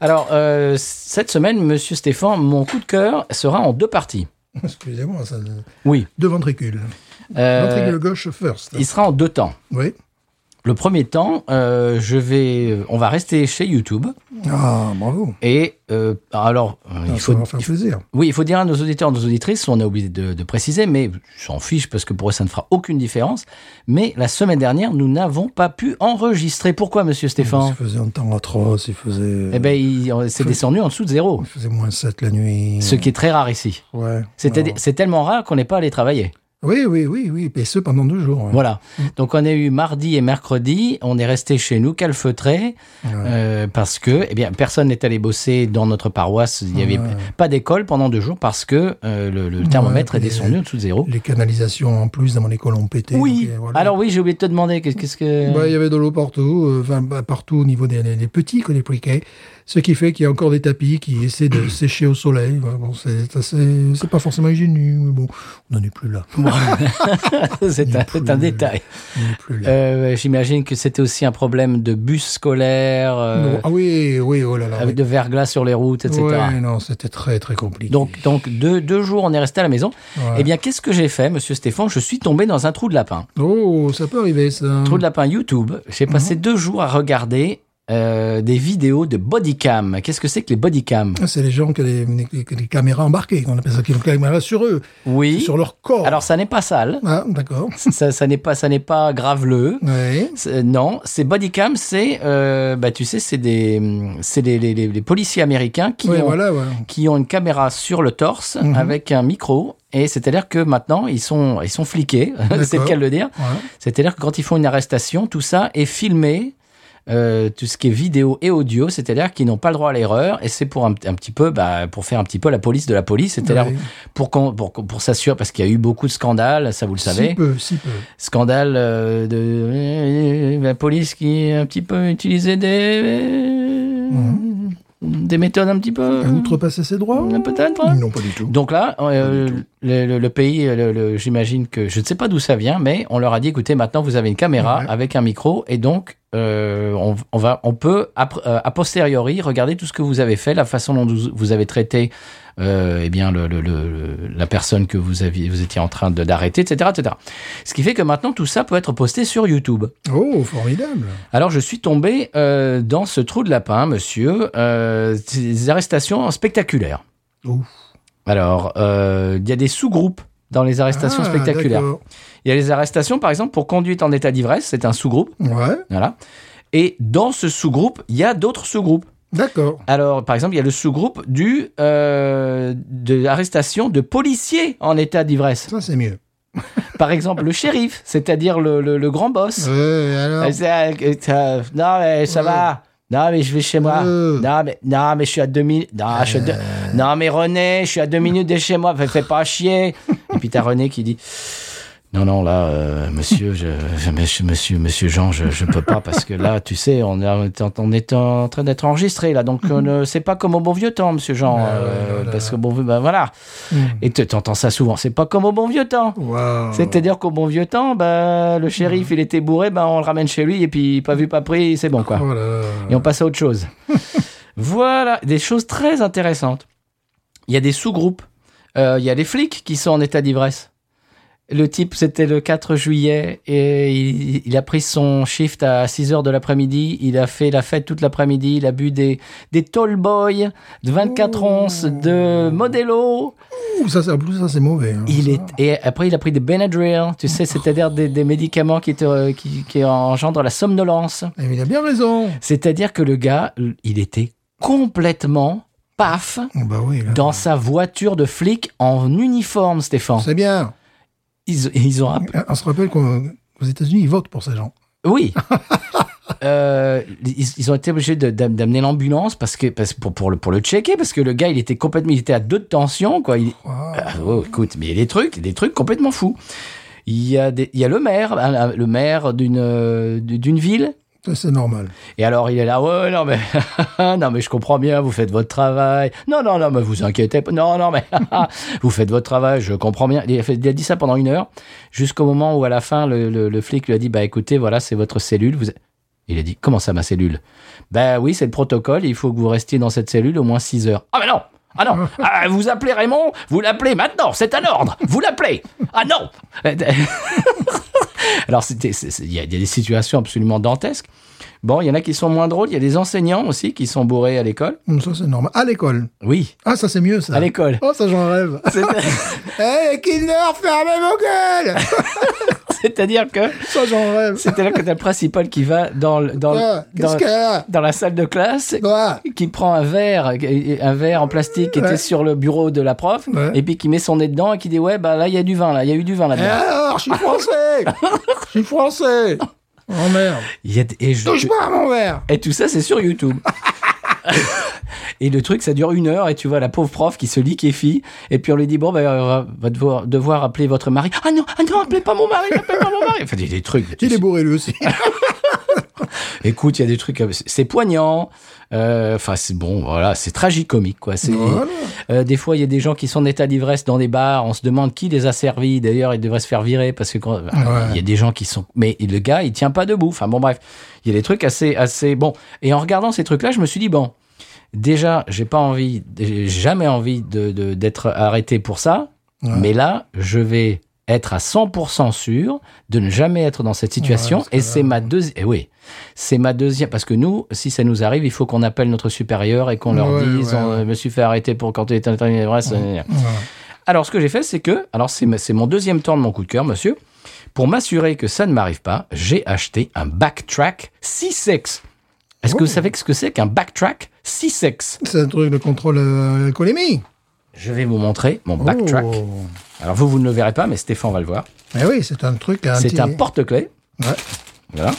Speaker 1: Alors euh, cette semaine, Monsieur Stéphane, mon coup de cœur sera en deux parties.
Speaker 2: Excusez-moi, ça... Deux
Speaker 1: Oui.
Speaker 2: ventricules.
Speaker 1: Euh,
Speaker 2: Ventricule gauche first.
Speaker 1: il sera en deux temps.
Speaker 2: Oui.
Speaker 1: Le premier temps, euh, je vais, on va rester chez YouTube
Speaker 2: Ah, bravo.
Speaker 1: et euh, alors euh,
Speaker 2: Ah,
Speaker 1: il
Speaker 2: Ça
Speaker 1: faut
Speaker 2: va leur faire plaisir.
Speaker 1: Oui, il faut dire à nos auditeurs, nos auditrices, on a oublié de, de préciser, mais je s'en fiche parce que pour eux, ça ne fera aucune différence. Mais la semaine dernière, nous n'avons pas pu enregistrer. Pourquoi, monsieur
Speaker 2: Ils
Speaker 1: Stéphane
Speaker 2: faisaient un temps atroce, ils faisaient,
Speaker 1: Eh bien, il on- c'est descendu en dessous de zéro,
Speaker 2: Mmh. ils faisaient moins 7 la nuit.
Speaker 1: ce qui est très rare ici.
Speaker 2: Ouais.
Speaker 1: C'est-à-dire- C'est tellement rare qu'on n'est pas allé travailler.
Speaker 2: Oui, oui, oui, oui. Et ce, pendant deux jours. ouais.
Speaker 1: Voilà. Donc on a eu mardi et mercredi, on est resté chez nous calfeutré euh, parce que eh bien personne n'est allé bosser dans notre paroisse, il n'y avait pas d'école pendant deux jours parce que euh, le, le thermomètre est
Speaker 2: puis les-
Speaker 1: descendu en dessous de zéro.
Speaker 2: Les canalisations, en plus, dans mon école, ont pété.
Speaker 1: Oh. Oui.
Speaker 2: donc, euh, voilà.
Speaker 1: Alors oui, j'ai oublié de te demander qu'est- qu'est-ce que
Speaker 2: Bah, il y avait de l'eau partout, euh, enfin bah, partout au niveau des, des- des petits que des précaires. Ce qui fait qu'il y a encore des tapis qui essaient de sécher au soleil. Ouais, bon, c'est assez- c'est pas forcément hygiénique, mais bon, on n'en est plus là.
Speaker 1: c'est un, c'est un détail.
Speaker 2: On n'en est plus là.
Speaker 1: Euh, J'imagine que c'était aussi un problème de bus scolaire, euh,
Speaker 2: Non, ah oui, oui, oh là là.
Speaker 1: avec
Speaker 2: oui.
Speaker 1: de verglas sur les routes, etc.
Speaker 2: Ouais, non, c'était très très compliqué.
Speaker 1: Donc, donc deux, deux jours, on est resté à la maison.
Speaker 2: Ouais.
Speaker 1: Eh bien, qu'est-ce que j'ai fait, monsieur Stéphane Je suis tombé dans un trou de lapin.
Speaker 2: oh, ça peut arriver ça.
Speaker 1: Trou de lapin YouTube. J'ai
Speaker 2: Mhm.
Speaker 1: passé deux jours à regarder euh, des vidéos de bodycam. Qu'est-ce que c'est que les bodycam
Speaker 2: Ah, C'est les gens qui ont des, qui ont des caméras embarquées, qu'on appelle ça, qui ont des caméras sur eux,
Speaker 1: Oui.
Speaker 2: sur leur corps.
Speaker 1: Alors, ça n'est pas sale.
Speaker 2: ah, d'accord.
Speaker 1: ça ça n'est pas, ça n'est pas graveleux.
Speaker 2: Ouais.
Speaker 1: C'est- euh, Non, c'est bodycam, c'est, euh, bah, tu sais, c'est des, c'est les, les- les- les policiers américains qui
Speaker 2: Ouais,
Speaker 1: ont
Speaker 2: voilà, ouais.
Speaker 1: qui ont une caméra sur le torse
Speaker 2: Mhm.
Speaker 1: avec un micro. Et c'est-à-dire que maintenant, ils sont, ils sont fliqués, c'est le cas de le dire.
Speaker 2: Ouais.
Speaker 1: C'est-à-dire que quand ils font une arrestation, tout ça est filmé, euh, tout ce qui est vidéo et audio, c'est-à-dire qu'ils n'ont pas le droit à l'erreur. Et c'est pour un, un petit peu, bah, pour faire un petit peu la police de la police, c'est-à-dire
Speaker 2: Ouais.
Speaker 1: pour, qu'on- pour, qu'on- pour s'assurer, parce qu'il y a eu beaucoup de scandales, ça vous le savez.
Speaker 2: Si peu, si peu.
Speaker 1: Scandale euh, de euh, la police qui un petit peu utilisait des, des méthodes un petit peu.
Speaker 2: À Outrepasser ses droits
Speaker 1: Euh, Peut-être. hein.
Speaker 2: Non, pas du tout.
Speaker 1: Donc là, euh, le, le- le pays, le- le- j'imagine que je ne sais pas d'où ça vient, mais on leur a dit écoutez, maintenant vous avez une caméra
Speaker 2: Ouais.
Speaker 1: avec un micro et donc euh, on, on va, on peut a, pr- euh, a posteriori regarder tout ce que vous avez fait, la façon dont vous, vous avez traité, euh, eh bien le- le- le- la personne que vous aviez, vous étiez en train de- d'arrêter, etc., etc. Ce qui fait que maintenant tout ça peut être posté sur YouTube.
Speaker 2: Oh, formidable.
Speaker 1: Alors je suis tombé euh, dans ce trou de lapin, monsieur, euh, c'est des arrestations spectaculaires.
Speaker 2: Ouf.
Speaker 1: Alors, euh, il y a des sous-groupes dans les arrestations
Speaker 2: Ah,
Speaker 1: spectaculaires.
Speaker 2: d'accord.
Speaker 1: Il y a les arrestations, par exemple, pour conduite en état d'ivresse, c'est un sous-groupe.
Speaker 2: Ouais,
Speaker 1: Voilà. Et dans ce sous-groupe, il y a d'autres sous-groupes.
Speaker 2: d'accord.
Speaker 1: Alors, par exemple, il y a le sous-groupe du euh, de l'arrestation de policiers en état d'ivresse.
Speaker 2: Ça, c'est mieux.
Speaker 1: Par exemple, le shérif, c'est-à-dire le, le- le grand boss.
Speaker 2: Ouais, alors.
Speaker 1: Euh, c'est- euh, euh, non mais ça
Speaker 2: Ouais.
Speaker 1: va. Non mais je vais chez moi.
Speaker 2: Euh.
Speaker 1: Non mais non mais je suis à deux minutes. Non, je suis à deux- non mais René, je suis à deux minutes de chez moi. Fais, fais pas chier. Et puis t'as René qui dit. Non, non, là, euh, monsieur, je, je- monsieur, monsieur, monsieur Jean, je, je peux pas parce que là, tu sais, on, est en- on est en train d'être enregistré là, donc on ne c'est pas comme au bon vieux temps, monsieur Jean,
Speaker 2: Ah,
Speaker 1: euh,
Speaker 2: voilà.
Speaker 1: parce que bon, ben voilà. Et tu- t'entends ça souvent, c'est pas comme au bon vieux temps.
Speaker 2: Hmm. Waouh.
Speaker 1: C'est-à-dire qu'au bon vieux temps, bah, le shérif, il était bourré, bah, on le ramène chez lui, et puis pas vu, pas pris, c'est bon, quoi.
Speaker 2: Oh là là.
Speaker 1: Et on passe à autre chose. voilà, des choses très intéressantes. Il y a des sous-groupes. Euh, il y a les flics qui sont en état d'ivresse. Le type, c'était le 4 juillet, et il, il a pris son shift à 6 heures de l'après-midi. Il a fait la fête toute l'après-midi. Il a bu des, des tall boys de 24 onces, de Modelo.
Speaker 2: Ouh, ça, c'est- en plus, ça, c'est mauvais. hein,
Speaker 1: Il
Speaker 2: ça.
Speaker 1: est et après il a pris des Benadryl, tu sais, c'est-à-dire des, des médicaments qui te qui, qui engendrent la somnolence.
Speaker 2: Eh, mais il a bien raison.
Speaker 1: C'est-à-dire que le gars, il était complètement paf
Speaker 2: Oh, bah oui. là.
Speaker 1: dans sa voiture de flic en uniforme, Stéphane.
Speaker 2: C'est bien. Ah,
Speaker 1: Ils, ils ont app-
Speaker 2: On se rappelle qu'aux aux États-Unis, ils votent pour ces gens.
Speaker 1: oui. Euh, ils, ils ont été obligés de- d'am- d'amener l'ambulance parce que parce, pour, pour le pour le checker parce que le gars il était complètement il était à deux de tension quoi. Il-
Speaker 2: Waouh.
Speaker 1: Ah, oh, écoute, mais il y a des trucs, des trucs complètement fous. Il y a, des, il y a le maire, hein, la- le maire d'une euh, d'une ville.
Speaker 2: Ça, c'est normal.
Speaker 1: Et alors il est là, ouais, non mais, non mais je comprends bien, vous faites votre travail. Non, non, non, mais vous inquiétez pas. Non, non, mais vous faites votre travail, je comprends bien. Il a, fait- il a dit ça pendant une heure, jusqu'au moment où à la fin le, le- le flic lui a dit, bah écoutez, voilà, c'est votre cellule. Vous... êtes- Il a dit, comment ça ma cellule Ben oui, c'est le protocole, il faut que vous restiez dans cette cellule au moins 6 heures. Ah mais non ah non, Ah, vous appelez Raymond, vous l'appelez maintenant, c'est un ordre, vous l'appelez. Ah non Alors, c'était- c'est- c'est- il y, a il y a des situations absolument dantesques. Bon, il y en a qui sont moins drôles, il y a des enseignants aussi qui sont bourrés à l'école.
Speaker 2: Hum, Ça, c'est normal. À l'école.
Speaker 1: Oui,
Speaker 2: Ah, ça, c'est mieux, ça.
Speaker 1: à l'école.
Speaker 2: Oh, ça, j'en rêve.
Speaker 1: C'est-
Speaker 2: Hé, Kinder, fermez vos gueules
Speaker 1: C'est-à-dire que
Speaker 2: Ça, j'en rêve.
Speaker 1: c'était là que t'as le principal qui va dans, le- dans, le-
Speaker 2: Ah, Qu'est-ce
Speaker 1: dans,
Speaker 2: qu'elle a
Speaker 1: dans la salle de classe,
Speaker 2: Ah,
Speaker 1: qui prend un verre, un verre en plastique qui
Speaker 2: Ouais.
Speaker 1: était sur le bureau de la prof,
Speaker 2: Ouais.
Speaker 1: et puis qui met son nez dedans et qui dit ouais bah là il y a du vin là, il y a eu du vin
Speaker 2: Et
Speaker 1: là-dedans.
Speaker 2: Eh, alors, je suis français Je suis français Oh merde
Speaker 1: Il y a- Et, je-
Speaker 2: Touche pas à mon verre
Speaker 1: et tout ça c'est sur YouTube. Et le truc, ça dure une heure, et tu vois la pauvre prof qui se liquéfie, et puis on lui dit Bon, bah, euh, va devoir, devoir appeler votre mari. Ah non, ah non, appelez pas mon mari, appelez pas mon mari. Enfin, des, des trucs.
Speaker 2: Il est bourré lui aussi.
Speaker 1: Écoute, il y a des trucs, euh, c'est- c'est poignant. Euh, Enfin, c'est bon, voilà, c'est tragicomique, quoi. C'est,
Speaker 2: Voilà.
Speaker 1: Euh, des fois, il y a des gens qui sont en état d'ivresse dans des bars. On se demande qui les a servis. D'ailleurs, ils devraient se faire virer parce que quand- il y a des gens qui sont. Mais le gars, il tient pas debout. Enfin bon, bref, il y a des trucs assez, assez bon. Et en regardant ces trucs-là, je me suis dit bon, déjà, j'ai pas envie, j'ai jamais envie de de- d'être arrêté pour ça.
Speaker 2: Ouais.
Speaker 1: Mais là, je vais être à 100% sûr de ne jamais être dans cette situation.
Speaker 2: parce que
Speaker 1: et
Speaker 2: là,
Speaker 1: c'est ma deuxième. Eh oui, c'est ma deuxième. Parce que nous, si ça nous arrive, il faut qu'on appelle notre supérieur et qu'on leur
Speaker 2: Ouais,
Speaker 1: dise
Speaker 2: ouais,
Speaker 1: on-
Speaker 2: ouais.
Speaker 1: je me suis fait arrêter pour quand tu étais en train d'ivresse. Alors, ce que j'ai fait, c'est que, alors c'est ma- c'est mon deuxième temps de mon coup de cœur, monsieur. Pour m'assurer que ça ne m'arrive pas, j'ai acheté un backtrack 6X. Est-ce
Speaker 2: Oh.
Speaker 1: que vous savez ce que c'est qu'un backtrack 6X
Speaker 2: C'est un truc de contrôle euh, alcoolémie.
Speaker 1: Je vais vous montrer mon backtrack.
Speaker 2: Oh.
Speaker 1: Alors, vous, vous ne le verrez pas, mais Stéphane va le voir.
Speaker 2: Eh oui, c'est un truc à
Speaker 1: C'est
Speaker 2: petit-
Speaker 1: un porte-clé.
Speaker 2: Ouais,
Speaker 1: Voilà.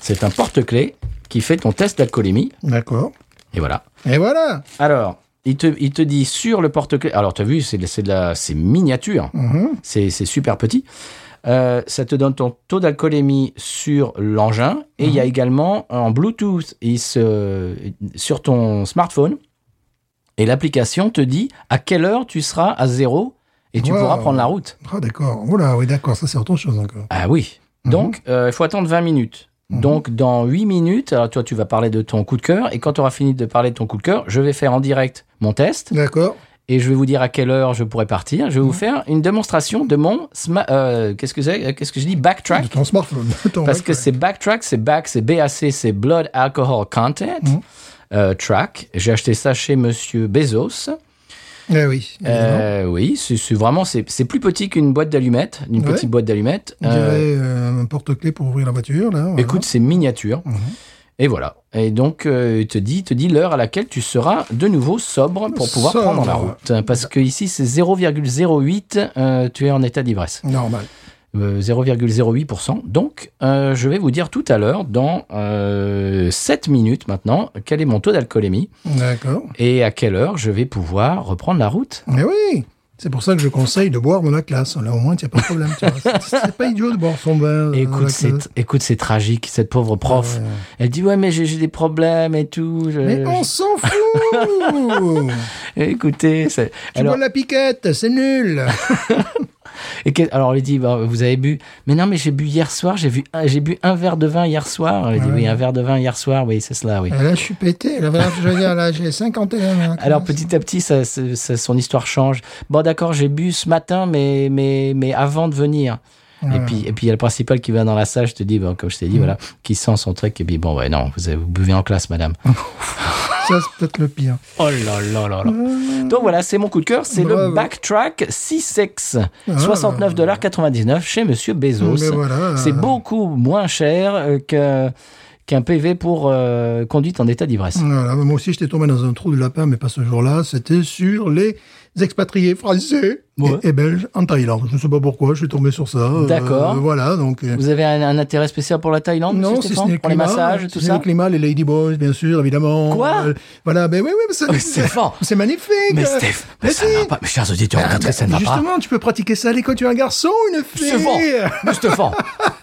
Speaker 1: C'est un porte-clé qui fait ton test d'alcoolémie.
Speaker 2: d'accord.
Speaker 1: Et voilà.
Speaker 2: Et voilà.
Speaker 1: Alors, il te, il te dit sur le porte-clés. Alors, tu as vu, c'est de- c'est de la- c'est miniature. hein.
Speaker 2: Mhm.
Speaker 1: C'est c'est super petit. Euh, ça te donne ton taux d'alcoolémie sur l'engin. Et il y a également en Bluetooth il se- sur ton smartphone. Et l'application te dit à quelle heure tu seras à zéro et tu
Speaker 2: Wow.
Speaker 1: pourras prendre la route.
Speaker 2: Ah, d'accord. Oh là, oui, d'accord. Ça, c'est autre chose encore.
Speaker 1: Ah oui. Donc, euh, il faut attendre 20 minutes. Donc, dans 8 minutes, alors toi, tu vas parler de ton coup de cœur. Et quand tu auras fini de parler de ton coup de cœur, je vais faire en direct mon test
Speaker 2: D'accord.
Speaker 1: et je vais vous dire à quelle heure je pourrais partir. Je vais vous faire une démonstration de mon sma- euh, qu'est-ce que c'est qu'est-ce que je dis
Speaker 2: De
Speaker 1: backtrack
Speaker 2: ton smartphone. Ton
Speaker 1: parce que
Speaker 2: backtrack.
Speaker 1: c'est backtrack, c'est back, c'est BAC, c'est blood alcohol content
Speaker 2: Mm.
Speaker 1: euh, track. J'ai acheté ça chez Monsieur Bezos.
Speaker 2: Eh oui. évidemment.
Speaker 1: Euh, oui, c'est c'est vraiment c'est c'est plus petit qu'une boîte d'allumettes, une
Speaker 2: Ouais.
Speaker 1: petite boîte d'allumettes.
Speaker 2: On
Speaker 1: Euh,
Speaker 2: dirait euh, un porte-clé pour ouvrir la voiture, là. voilà. Mhm.
Speaker 1: Écoute, c'est miniature. Et voilà. Et donc, euh, il te dit, il te dit l'heure à laquelle tu seras de nouveau sobre pour pouvoir
Speaker 2: Sobre.
Speaker 1: prendre la route. Parce que ici, c'est 0,08, euh, tu es en état d'ivresse.
Speaker 2: Normal.
Speaker 1: Euh, 0,08%. Donc, euh, je vais vous dire tout à l'heure, dans 7 minutes maintenant, quel est mon taux d'alcoolémie
Speaker 2: D'accord.
Speaker 1: et à quelle heure je vais pouvoir reprendre la route.
Speaker 2: Mais oui. C'est pour ça que je conseille de boire dans la classe. Là, au moins, il n'y a pas de problème. tu vois. C'est- c'est pas idiot de boire son bain.
Speaker 1: Écoute, c'est, écoute, c'est tragique, cette pauvre prof.
Speaker 2: Euh, Ouais.
Speaker 1: Elle dit, ouais, mais j'ai, j'ai des problèmes et tout. je-
Speaker 2: Mais on s'en fout
Speaker 1: Écoutez, c'est...
Speaker 2: Tu bois de la piquette, c'est nul
Speaker 1: Et que- alors on lui dit, bah, vous avez bu Mais non, mais j'ai bu hier soir, j'ai vu, un- j'ai bu un verre de vin hier soir. Elle dit, oui, un verre de vin hier soir, oui, c'est cela, oui.
Speaker 2: Et Là, je suis pété. Là, voilà, je veux dire, là, j'ai hein. 51 ans.
Speaker 1: Alors petit à petit, ça, ça- ça- son histoire change. Bon, d'accord, j'ai bu ce matin, mais, mais, mais avant de venir. Et puis, et puis, il y a le principal qui vient dans la salle, je te dis, bon, comme je t'ai dit, voilà, qui sent son truc, et puis, bon, ouais, non, vous, avez- vous buvez en classe, madame.
Speaker 2: Ça, c'est peut-être le pire.
Speaker 1: Oh là là là là. Donc voilà, c'est mon coup de cœur, c'est le
Speaker 2: Bravo.
Speaker 1: Backtrack 6X, 69,99$ chez Monsieur Bezos.
Speaker 2: Ah. Mais voilà.
Speaker 1: C'est beaucoup moins cher euh, que- qu'un PV pour euh, conduite en état d'ivresse.
Speaker 2: Voilà, moi aussi, j'étais tombé dans un trou de lapin, mais pas ce jour-là. C'était sur les expatriés français et-
Speaker 1: Ouais.
Speaker 2: et, belges en Thaïlande. Je ne sais pas pourquoi, je suis tombé sur ça. Euh,
Speaker 1: D'accord.
Speaker 2: voilà, donc... euh,
Speaker 1: Vous avez un, un intérêt spécial pour la Thaïlande
Speaker 2: Non,
Speaker 1: monsieur
Speaker 2: si ce
Speaker 1: Stéphane
Speaker 2: n'est le
Speaker 1: Pour les
Speaker 2: climat,
Speaker 1: massages,
Speaker 2: si
Speaker 1: tout
Speaker 2: ce n'est
Speaker 1: ça
Speaker 2: le climat, les ladyboys, bien sûr, évidemment.
Speaker 1: Quoi
Speaker 2: Voilà, ben oui, oui, mais ça-
Speaker 1: Mais Stéphane
Speaker 2: c'est magnifique.
Speaker 1: Mais Steph, mais ça
Speaker 2: si. Ah,
Speaker 1: ne va pas. Mes chers auditeurs, regardez, ça ne va pas.
Speaker 2: Justement, tu peux pratiquer ça à l'école. Tu es un garçon, une fille.
Speaker 1: Stéphane Mais Stéphane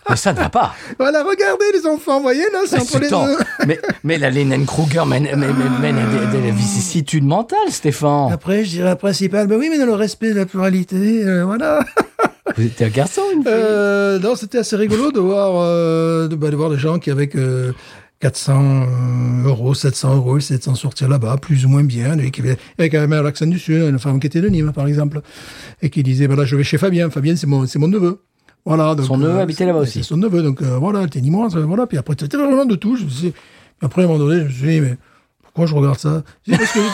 Speaker 1: Mais ça ne va pas
Speaker 2: Voilà, regardez les enfants, voyez là, c'est
Speaker 1: Mais
Speaker 2: entre les
Speaker 1: Stéphane,
Speaker 2: deux.
Speaker 1: Mais, mais la Lennon Kruger mène, mène- mène- mène à des, des vicissitudes mentales, Stéphane
Speaker 2: Après, je dirais la principale, ben oui, mais dans le respect de la pluralité, euh, voilà.
Speaker 1: Vous êtes un garçon, une fille
Speaker 2: Ah. Euh, non, c'était assez rigolo de voir, euh, de, bah, de voir des gens qui avec euh, 400 euros, 700 euros, ils essayaient de s'en sortir là-bas, plus ou moins bien. Et qui, avec un mère l'accent du Sud, une femme qui était de Nîmes, par exemple, et qui disait, ben là, je vais chez Fabien. Fabien, c'est mon, c'est mon neveu. Voilà, donc, euh,
Speaker 1: Son neveu habitait là-bas aussi.
Speaker 2: c'est Son neveu, donc euh, voilà, t'es nîmoise, euh, voilà. Puis après, c'était vraiment de tout. Je me suis dit- puis après, à un moment donné, je me suis dit, mais pourquoi je regarde ça Je dis, parce que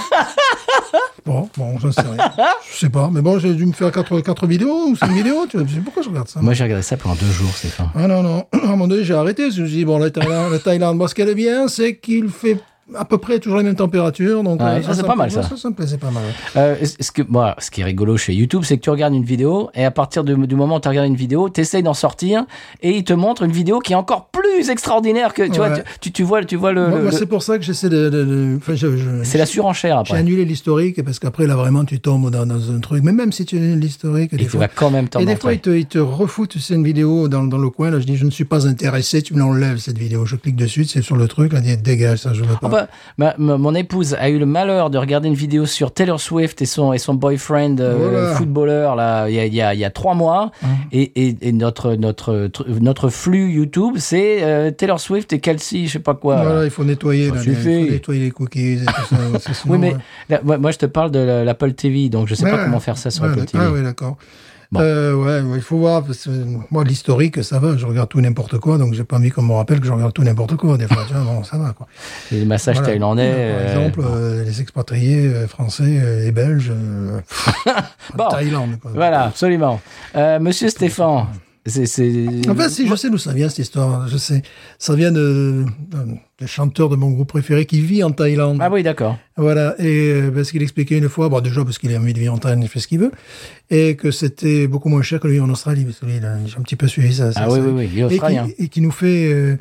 Speaker 2: Bon, bon, j'en sais rien. Je sais pas, mais bon, j'ai dû me faire quatre, quatre vidéos ou cinq vidéos, tu vois. Je sais pourquoi je regarde ça.
Speaker 1: Moi, j'ai regardé ça pendant deux jours, Stéphane.
Speaker 2: Ah non, non. À un moment donné, j'ai arrêté. parce que Je me suis dit, bon, la Thaïlande, la Thaïlande, moi, ce qu'elle est bien, c'est qu'il fait à peu près toujours la même température. Donc,
Speaker 1: Ouais,
Speaker 2: euh,
Speaker 1: ça, c'est pas
Speaker 2: me-
Speaker 1: mal, ça.
Speaker 2: Ça, me plaisait pas mal.
Speaker 1: Euh, est-ce- est-ce que, moi, ce qui est rigolo chez YouTube, c'est que tu regardes une vidéo et à partir du, du moment où tu regardes une vidéo, tu d'en sortir et il te montre une vidéo qui est encore plus extraordinaire que. Tu, vois,
Speaker 2: Ouais.
Speaker 1: tu, tu- tu vois, tu vois le.
Speaker 2: Moi,
Speaker 1: le-
Speaker 2: moi,
Speaker 1: le-
Speaker 2: c'est pour ça que j'essaie de. de- de- enfin, je- je-
Speaker 1: c'est la surenchère
Speaker 2: J'ai
Speaker 1: après.
Speaker 2: annulé l'historique parce qu'après, là, vraiment, tu tombes dans, dans un truc. Mais même si tu annules l'historique. des
Speaker 1: Et tu
Speaker 2: fois-
Speaker 1: vas quand même t'en
Speaker 2: Et des fois, il
Speaker 1: montrer.
Speaker 2: te, il te refout, tu sais, une vidéo dans, dans le coin. Là, je dis, je ne suis pas intéressé, tu me l'enlèves, cette vidéo. Je clique dessus, c'est sur le truc. Là, dit, dégage, ça, je veux pas.
Speaker 1: Oh bah, ma- ma- mon épouse a eu le malheur de regarder une vidéo sur Taylor Swift et son, et son boyfriend euh,
Speaker 2: Voilà. Mmh.
Speaker 1: footballeur là, il y a, il y a- il y a trois mois. Et, et- et notre, notre, tr- notre flux YouTube, c'est euh, Taylor Swift et Kelsey, je sais pas quoi.
Speaker 2: Voilà, il faut nettoyer,
Speaker 1: Ça
Speaker 2: là, les- il
Speaker 1: suffit.
Speaker 2: faut nettoyer les cookies et tout ça. parce que sinon,
Speaker 1: oui, mais
Speaker 2: ouais.
Speaker 1: là, moi, moi, je te parle de la- l'Apple TV, donc je sais pas
Speaker 2: Ouais.
Speaker 1: comment faire ça sur
Speaker 2: Ouais,
Speaker 1: Apple
Speaker 2: d'ac-
Speaker 1: TV.
Speaker 2: Ah oui, d'accord.
Speaker 1: Bon.
Speaker 2: Euh, ouais, ouais, il faut voir. Parce que, moi, l'historique, ça va. Je regarde tout n'importe quoi, donc j'ai pas envie qu'on me rappelle que je regarde tout n'importe quoi. Des fois, tu vois, bon, ça va quoi.
Speaker 1: Les massages
Speaker 2: Voilà.
Speaker 1: thaïlandais.
Speaker 2: Par
Speaker 1: euh,
Speaker 2: exemple, euh, les expatriés euh, français euh, et belges, euh,
Speaker 1: Bon.
Speaker 2: en Thaïlande. Quoi.
Speaker 1: Voilà, absolument. Euh, Monsieur Stéphane, c'est. c'est-
Speaker 2: En fait, si, je sais d'où ça vient cette histoire. Je sais, ça vient de, de chanteur de mon groupe préféré qui vit en Thaïlande.
Speaker 1: Ah oui, d'accord.
Speaker 2: Voilà, et euh, parce qu'il expliquait une fois, bon, déjà parce qu'il a envie de vivre en Thaïlande, il fait ce qu'il veut, et que c'était beaucoup moins cher que le vivre en Australie, parce que lui, il a- j'ai un petit peu suivi ça. ça,
Speaker 1: Ah oui,
Speaker 2: ça.
Speaker 1: oui, oui, il est
Speaker 2: Et qui-
Speaker 1: australien.
Speaker 2: Et qui nous fait... euh,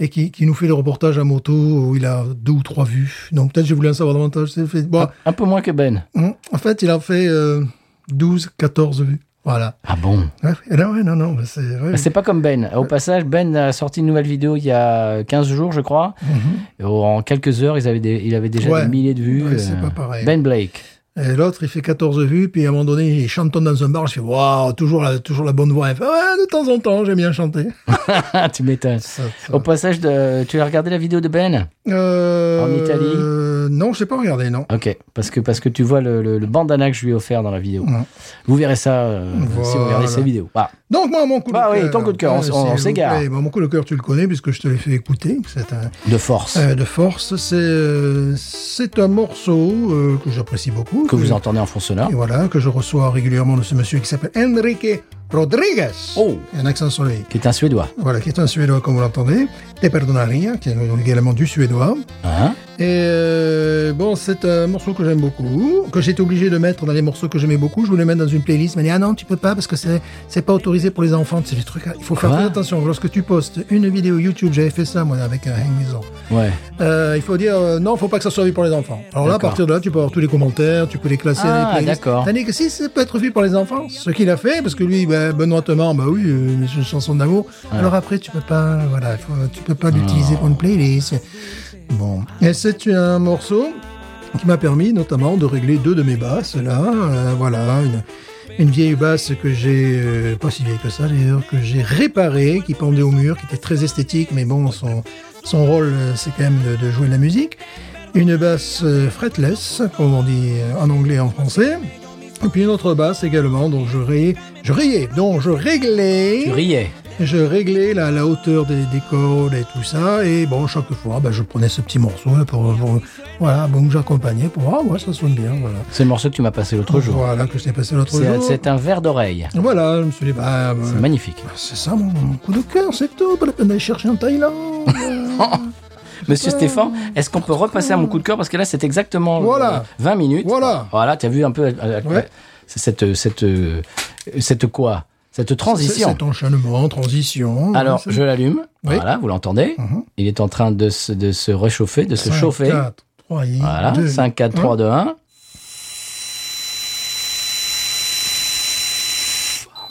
Speaker 2: et qui, qui nous fait le reportage à moto où il a deux ou trois vues. Donc peut-être j'ai voulu en savoir davantage. C'est fait- bon,
Speaker 1: Un peu moins que Ben.
Speaker 2: hum, en fait, il a fait euh, 12, 14 vues. Voilà.
Speaker 1: Ah bon
Speaker 2: Ouais, et là, ouais, non, non, mais c'est... ouais.
Speaker 1: C'est pas comme Ben. Au passage, Ben a sorti une nouvelle vidéo il y a 15 jours, je crois. En quelques heures, ils avaient des- il avait déjà
Speaker 2: Mhm. Ouais.
Speaker 1: des milliers de vues.
Speaker 2: Ouais, c'est
Speaker 1: euh,
Speaker 2: pas pareil.
Speaker 1: Ben Blake.
Speaker 2: Et l'autre, il fait 14 vues, puis à un moment donné, il chantonne dans un bar, je fais, waouh, toujours la, toujours la bonne voix. Il fait, ouais, de temps en temps, j'aime bien chanter.
Speaker 1: Ah, tu m'étonnes.
Speaker 2: Ça, ça-
Speaker 1: Au passage, de, tu as regardé la vidéo de Ben
Speaker 2: Euh,
Speaker 1: En Italie
Speaker 2: euh, Non, je sais pas regardé, non.
Speaker 1: Ok, parce que, parce que tu vois le, le- le bandana que je lui ai offert dans la vidéo.
Speaker 2: Ouais.
Speaker 1: Vous verrez ça euh, si vous regardez
Speaker 2: Voilà.
Speaker 1: ces vidéos. Ah.
Speaker 2: Donc, moi, mon coup
Speaker 1: Bah
Speaker 2: de
Speaker 1: oui,
Speaker 2: cœur. Ah,
Speaker 1: ton coup de cœur, on-
Speaker 2: s'il
Speaker 1: on
Speaker 2: vous
Speaker 1: s'égare.
Speaker 2: plaît. Bon, mon coup de cœur, tu le connais, puisque je te l'ai fait écouter. C'est un,
Speaker 1: De force.
Speaker 2: euh, de force. C'est euh, c'est un morceau euh, que j'apprécie beaucoup.
Speaker 1: que vous entendez en fond sonore.
Speaker 2: Et voilà, que je reçois régulièrement de ce monsieur qui s'appelle Enrique Rodriguez.
Speaker 1: Oh.
Speaker 2: Un accent sur le i.
Speaker 1: Qui est un suédois.
Speaker 2: Voilà, qui est un Suédois, comme vous l'entendez. Te perdonaria, qui est également du Suédois.
Speaker 1: Hein
Speaker 2: Et euh, bon, c'est un morceau que j'aime beaucoup, que j'étais obligé de mettre dans les morceaux que j'aimais beaucoup. Je voulais mettre dans une playlist, mais elle dit, ah non, tu peux pas parce que c'est c'est pas autorisé pour les enfants. C'est des trucs. à- Il faut faire
Speaker 1: Quoi
Speaker 2: très attention lorsque tu postes une vidéo YouTube. J'avais fait ça moi avec euh, un Hang Maison.
Speaker 1: ouais.
Speaker 2: Euh, il faut dire euh, non, faut pas que ça soit vu pour les enfants. Alors là, à
Speaker 1: D'accord.
Speaker 2: partir de là, tu peux avoir tous les commentaires, tu peux les classer.
Speaker 1: Ah,
Speaker 2: dans les playlists.
Speaker 1: d'accord.
Speaker 2: Tandis que si ça peut être vu pour les enfants, ce qu'il a fait, parce que lui, ben, benoîtement, bah oui, euh, c'est une chanson d'amour. Alors après, tu peux pas, voilà, il faut- tu peux pas l'utiliser pour une playlist. Bon, et c'est un morceau qui m'a permis notamment de régler deux de mes basses. Là, Euh, voilà, une, une vieille basse que j'ai, euh, pas si vieille que ça d'ailleurs, que j'ai réparée, qui pendait au mur, qui était très esthétique, mais bon, son, son rôle, euh, c'est quand même de, de jouer de la musique. Une basse euh, fretless, comme on dit euh, en anglais et en français. Et puis une autre basse également, dont je rayais, je rayais, dont je réglais.
Speaker 1: Tu riais.
Speaker 2: Je réglais la, la hauteur des, des cordes et tout ça. Et bon, chaque fois, ben, je prenais ce petit morceau là pour, pour- voilà, bon, que j'accompagnais pour ah ouais, ça sonne bien, voilà.
Speaker 1: C'est le morceau que tu m'as passé l'autre jour.
Speaker 2: Voilà que je t'ai passé l'autre
Speaker 1: C'est
Speaker 2: jour.
Speaker 1: c'est un verre d'oreille.
Speaker 2: Voilà, je me suis dit bah, bah,
Speaker 1: C'est magnifique.
Speaker 2: c'est ça mon, mon coup de cœur, c'est tout. Pas la peine d'aller chercher en Thaïlande.
Speaker 1: Monsieur Stéphane, est-ce qu'on peut repasser à mon coup de cœur Parce que là, c'est exactement
Speaker 2: Voilà.
Speaker 1: euh, 20 minutes.
Speaker 2: Voilà.
Speaker 1: Voilà, tu as vu un peu euh, euh,
Speaker 2: Ouais.
Speaker 1: c'est cette, cette, euh, cette quoi Cette
Speaker 2: C'est
Speaker 1: transition.
Speaker 2: cet enchaînement, transition.
Speaker 1: Alors, je l'allume.
Speaker 2: Oui. Mhm.
Speaker 1: Voilà, vous l'entendez. Il est en train de se, de se réchauffer, de se chauffer.
Speaker 2: 4, 3,
Speaker 1: Voilà,
Speaker 2: 2,
Speaker 1: 5, 4, 3, 2, 1.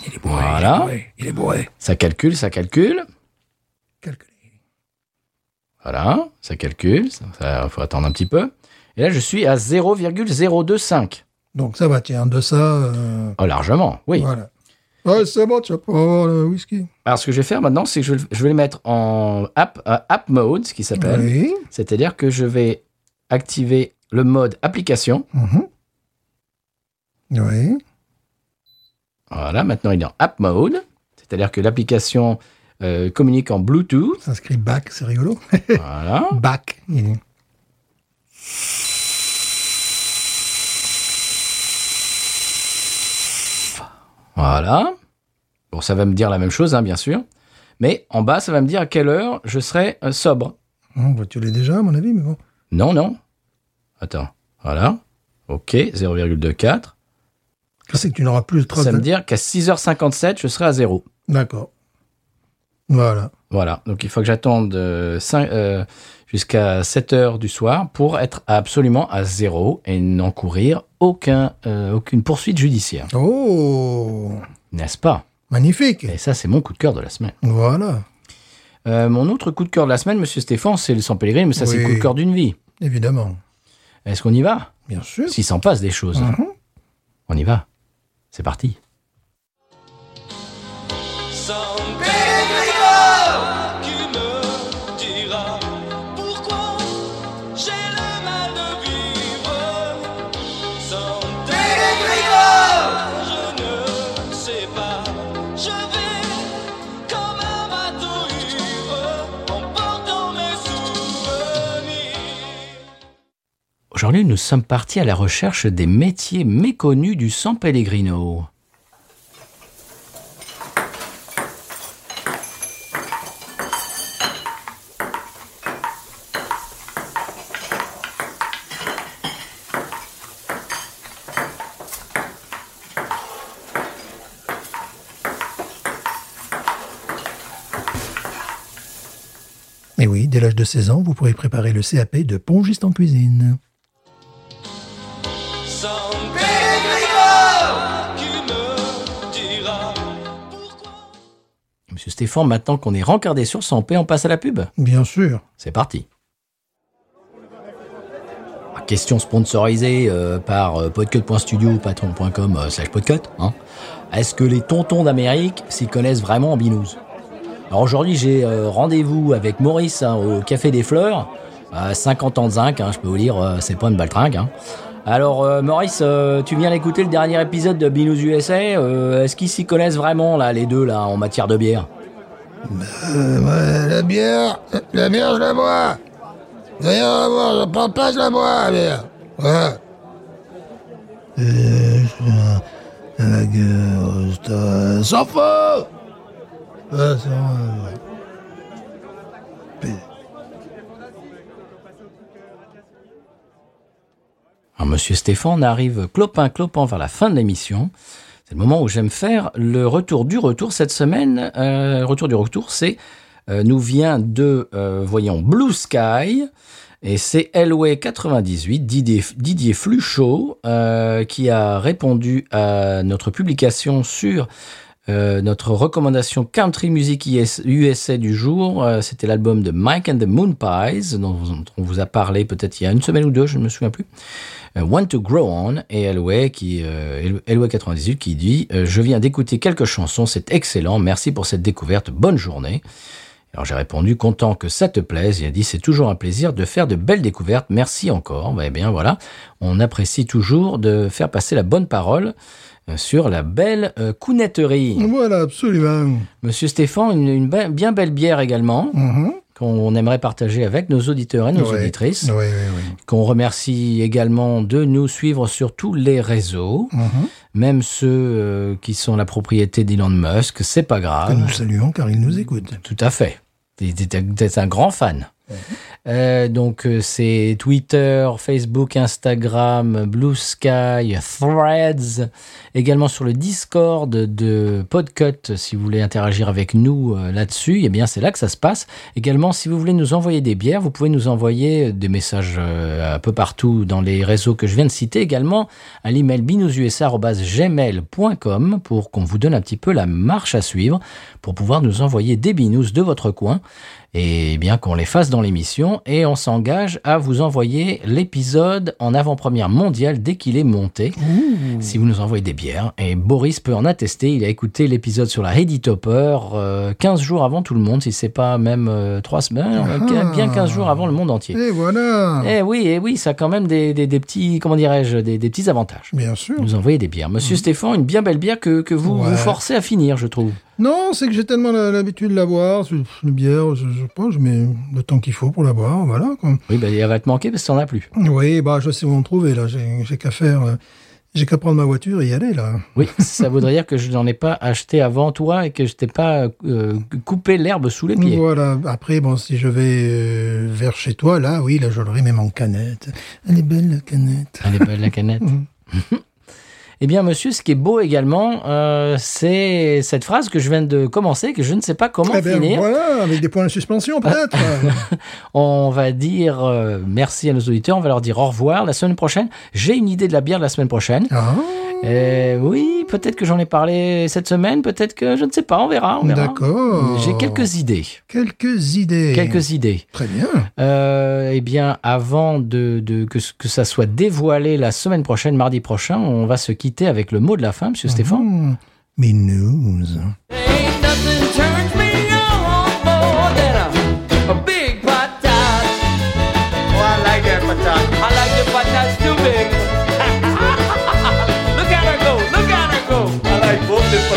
Speaker 2: Il est bourré.
Speaker 1: Voilà.
Speaker 2: Il est bourré. Il est bourré.
Speaker 1: Ça calcule, ça calcule.
Speaker 2: Calculé.
Speaker 1: Voilà, ça calcule, il faut attendre un petit peu. Et là, je suis à 0,025.
Speaker 2: Donc ça va, tiens, de ça. euh,
Speaker 1: Oh, largement, oui.
Speaker 2: Voilà. Ouais, c'est bon, tu vas pas avoir le whisky.
Speaker 1: Alors, ce que je vais faire maintenant, c'est que je vais, le- je vais le mettre en app, euh, app mode, ce qui s'appelle.
Speaker 2: Oui.
Speaker 1: C'est-à-dire que je vais activer le mode application.
Speaker 2: Mhm. Oui.
Speaker 1: Voilà, maintenant il est en app mode. C'est-à-dire que l'application euh, communique en Bluetooth.
Speaker 2: Ça s'écrit back, c'est rigolo.
Speaker 1: voilà.
Speaker 2: back. il est-
Speaker 1: Voilà. Bon, ça va me dire la même chose, hein, bien sûr. Mais en bas, ça va me dire à quelle heure je serai euh, sobre.
Speaker 2: Bon, bah, tu l'as déjà, à mon avis, mais bon.
Speaker 1: Non, non. Attends. Voilà. OK, 0,24.
Speaker 2: Je sais que tu n'auras plus le trace.
Speaker 1: Ça me
Speaker 2: de-
Speaker 1: dire qu'à 6h57, je serai à zéro.
Speaker 2: D'accord. Voilà.
Speaker 1: Voilà. Donc, il faut que j'attende euh, cinq- euh, jusqu'à 7h du soir pour être absolument à zéro et n'encourir aucun, euh, aucune poursuite judiciaire.
Speaker 2: Oh
Speaker 1: N'est-ce pas
Speaker 2: Magnifique
Speaker 1: Et ça, c'est mon coup de cœur de la semaine.
Speaker 2: Voilà,
Speaker 1: Euh, mon autre coup de cœur de la semaine, monsieur Stéphane, c'est le San Pellegrino, mais ça, c'est
Speaker 2: Oui.
Speaker 1: le coup de cœur d'une vie.
Speaker 2: évidemment.
Speaker 1: Est-ce qu'on y va
Speaker 2: Bien sûr.
Speaker 1: S'il s'en passe des choses.
Speaker 2: Mhm.
Speaker 1: On y va. C'est parti.
Speaker 3: San Pellegrino, tu me diras pourquoi j'ai le mal de vivre. San Pellegrino, je ne sais pas, je vais comme un bateau ivre en portant mes souvenirs.
Speaker 1: Aujourd'hui, nous sommes partis à la recherche des métiers méconnus du San Pellegrino.
Speaker 2: Et oui, dès l'âge de 16 ans, vous pourrez préparer le CAP de pongiste en cuisine.
Speaker 3: San Pellegrino, tu me diras pourquoi.
Speaker 1: Monsieur Stéphane, maintenant qu'on est rencardé sur son P, on passe à la pub
Speaker 2: Bien sûr.
Speaker 1: C'est parti. Ah, Question sponsorisée euh, par euh, podcut.studio ou patreon.com euh, slash podcut. hein. Est-ce que les tontons d'Amérique s'y connaissent vraiment en binouze Alors aujourd'hui, j'ai euh, rendez-vous avec Maurice hein, au Café des Fleurs. à 50 ans de zinc, hein, je peux vous dire, euh, c'est pas une baltringue. hein. Alors euh, Maurice, euh, tu viens d'écouter le dernier épisode de Binous USA. euh, Est-ce qu'ils s'y connaissent vraiment, là, les deux, là, en matière de bière
Speaker 2: Euh, la bière, la bière, je la bois. D'ailleurs, moi, je prends pas, je la bois, la bière. Voilà. Euh, je- la gueule, je te- s'en fout Ouais, c'est vrai, ouais.
Speaker 1: Alors, Monsieur Stéphane, on arrive clopin clopin vers la fin de l'émission. C'est le moment où j'aime faire le retour du retour cette semaine. Euh, retour du retour, c'est euh, nous vient de euh, voyons Blue Sky et c'est Elway 98 Didier Didier Fluchot euh, qui a répondu à notre publication sur euh, notre recommandation Country Music IS USA du jour, euh, c'était l'album de Mike and the Moon Pies, dont dont on vous a parlé peut-être il y a une semaine ou deux, je ne me souviens plus. Euh, Want to Grow On et Elway qui euh, El- Elway 98 qui dit euh, je viens d'écouter quelques chansons, c'est excellent, merci pour cette découverte, bonne journée. Alors j'ai répondu content que ça te plaise. Il a dit c'est toujours un plaisir de faire de belles découvertes. Merci encore. Bah, eh bien voilà, on apprécie toujours de faire passer la bonne parole euh, sur la belle euh, counetterie.
Speaker 2: Voilà, absolument.
Speaker 1: Monsieur Stéphane, une, une be- bien belle bière également
Speaker 2: Mhm.
Speaker 1: qu'on aimerait partager avec nos auditeurs et nos
Speaker 2: Ouais.
Speaker 1: auditrices
Speaker 2: Oui, oui, oui.
Speaker 1: qu'on remercie également de nous suivre sur tous les réseaux,
Speaker 2: Mhm.
Speaker 1: même ceux euh, qui sont la propriété d'Elon Musk, c'est pas
Speaker 2: Que nous
Speaker 1: grave.
Speaker 2: saluons car il nous écoute.
Speaker 1: Tout à fait. T'es- T'es t'es un grand fan. Euh, donc euh, c'est Twitter, Facebook, Instagram, Blue Sky, Threads, également sur le Discord de Podcut si vous voulez interagir avec nous euh, là-dessus, eh bien c'est là que ça se passe. Également si vous voulez nous envoyer des bières, vous pouvez nous envoyer des messages euh, un peu partout dans les réseaux que je viens de citer, également à l'email binoususa@gmail.com pour qu'on vous donne un petit peu la marche à suivre pour pouvoir nous envoyer des binous de votre coin et bien qu'on les fasse dans l'émission et on s'engage à vous envoyer l'épisode en avant-première mondiale dès qu'il est monté. Si vous nous envoyez des bières et Boris peut en attester, il a écouté l'épisode sur la Heady Topper euh, 15 jours avant tout le monde, si c'est pas même 3 semaines, euh,
Speaker 2: Ah.
Speaker 1: bien 15 jours avant le monde entier.
Speaker 2: Et voilà
Speaker 1: Eh oui, eh oui, ça a quand même des, des- des petits, comment dirais-je, des, des petits avantages.
Speaker 2: Bien sûr.
Speaker 1: Nous envoyer des bières. Monsieur Stéphane, une bien belle bière que, que vous
Speaker 2: Mmh. Ouais.
Speaker 1: vous forcez à finir, je trouve.
Speaker 2: Non, c'est que j'ai tellement la- l'habitude de la boire. c'est- pff, Une bière, je, je pense, je mets le temps qu'il faut pour la boire, voilà. quoi.
Speaker 1: bah, Oui, ben, elle va te manquer parce que t'en as plus.
Speaker 2: Oui, bah, je sais où en trouver, là, j'ai j'ai qu'à faire. euh, J'ai qu'à prendre ma voiture et y aller, là.
Speaker 1: Oui, ça voudrait dire que je n'en ai pas acheté avant toi et que je t'ai pas euh, coupé l'herbe sous les pieds.
Speaker 2: Voilà. Après, bon, si je vais euh, vers chez toi, là, oui, là, je l'aurai même en canette. Elle est belle, la canette.
Speaker 1: Elle est belle la canette.
Speaker 2: Mmh.
Speaker 1: eh bien, monsieur, ce qui est beau également, euh, c'est cette phrase que je viens de commencer, que je ne sais pas comment
Speaker 2: Eh ben,
Speaker 1: finir. Ah.
Speaker 2: voilà, avec des points de suspension, peut-être.
Speaker 1: On va dire euh, merci à nos auditeurs, on va leur dire au revoir la semaine prochaine. J'ai une idée de la bière de la semaine prochaine.
Speaker 2: Ah,
Speaker 1: Euh, oui, peut-être que j'en ai parlé cette semaine, peut-être que je ne sais pas, on verra. on verra.
Speaker 2: D'accord.
Speaker 1: J'ai quelques idées.
Speaker 2: quelques idées.
Speaker 1: Quelques idées.
Speaker 2: Très bien.
Speaker 1: Euh, eh bien, avant de, de- que, ce- que ça soit dévoilé la semaine prochaine, mardi prochain, on va se quitter avec le mot de la fin, Monsieur Stéphane.
Speaker 2: Hmm. Mais news.
Speaker 3: Ain't nothing turns me on more than a, a big patat. Oh, I like that patat. I like the patats too big. look at her go, look at her go. I like both the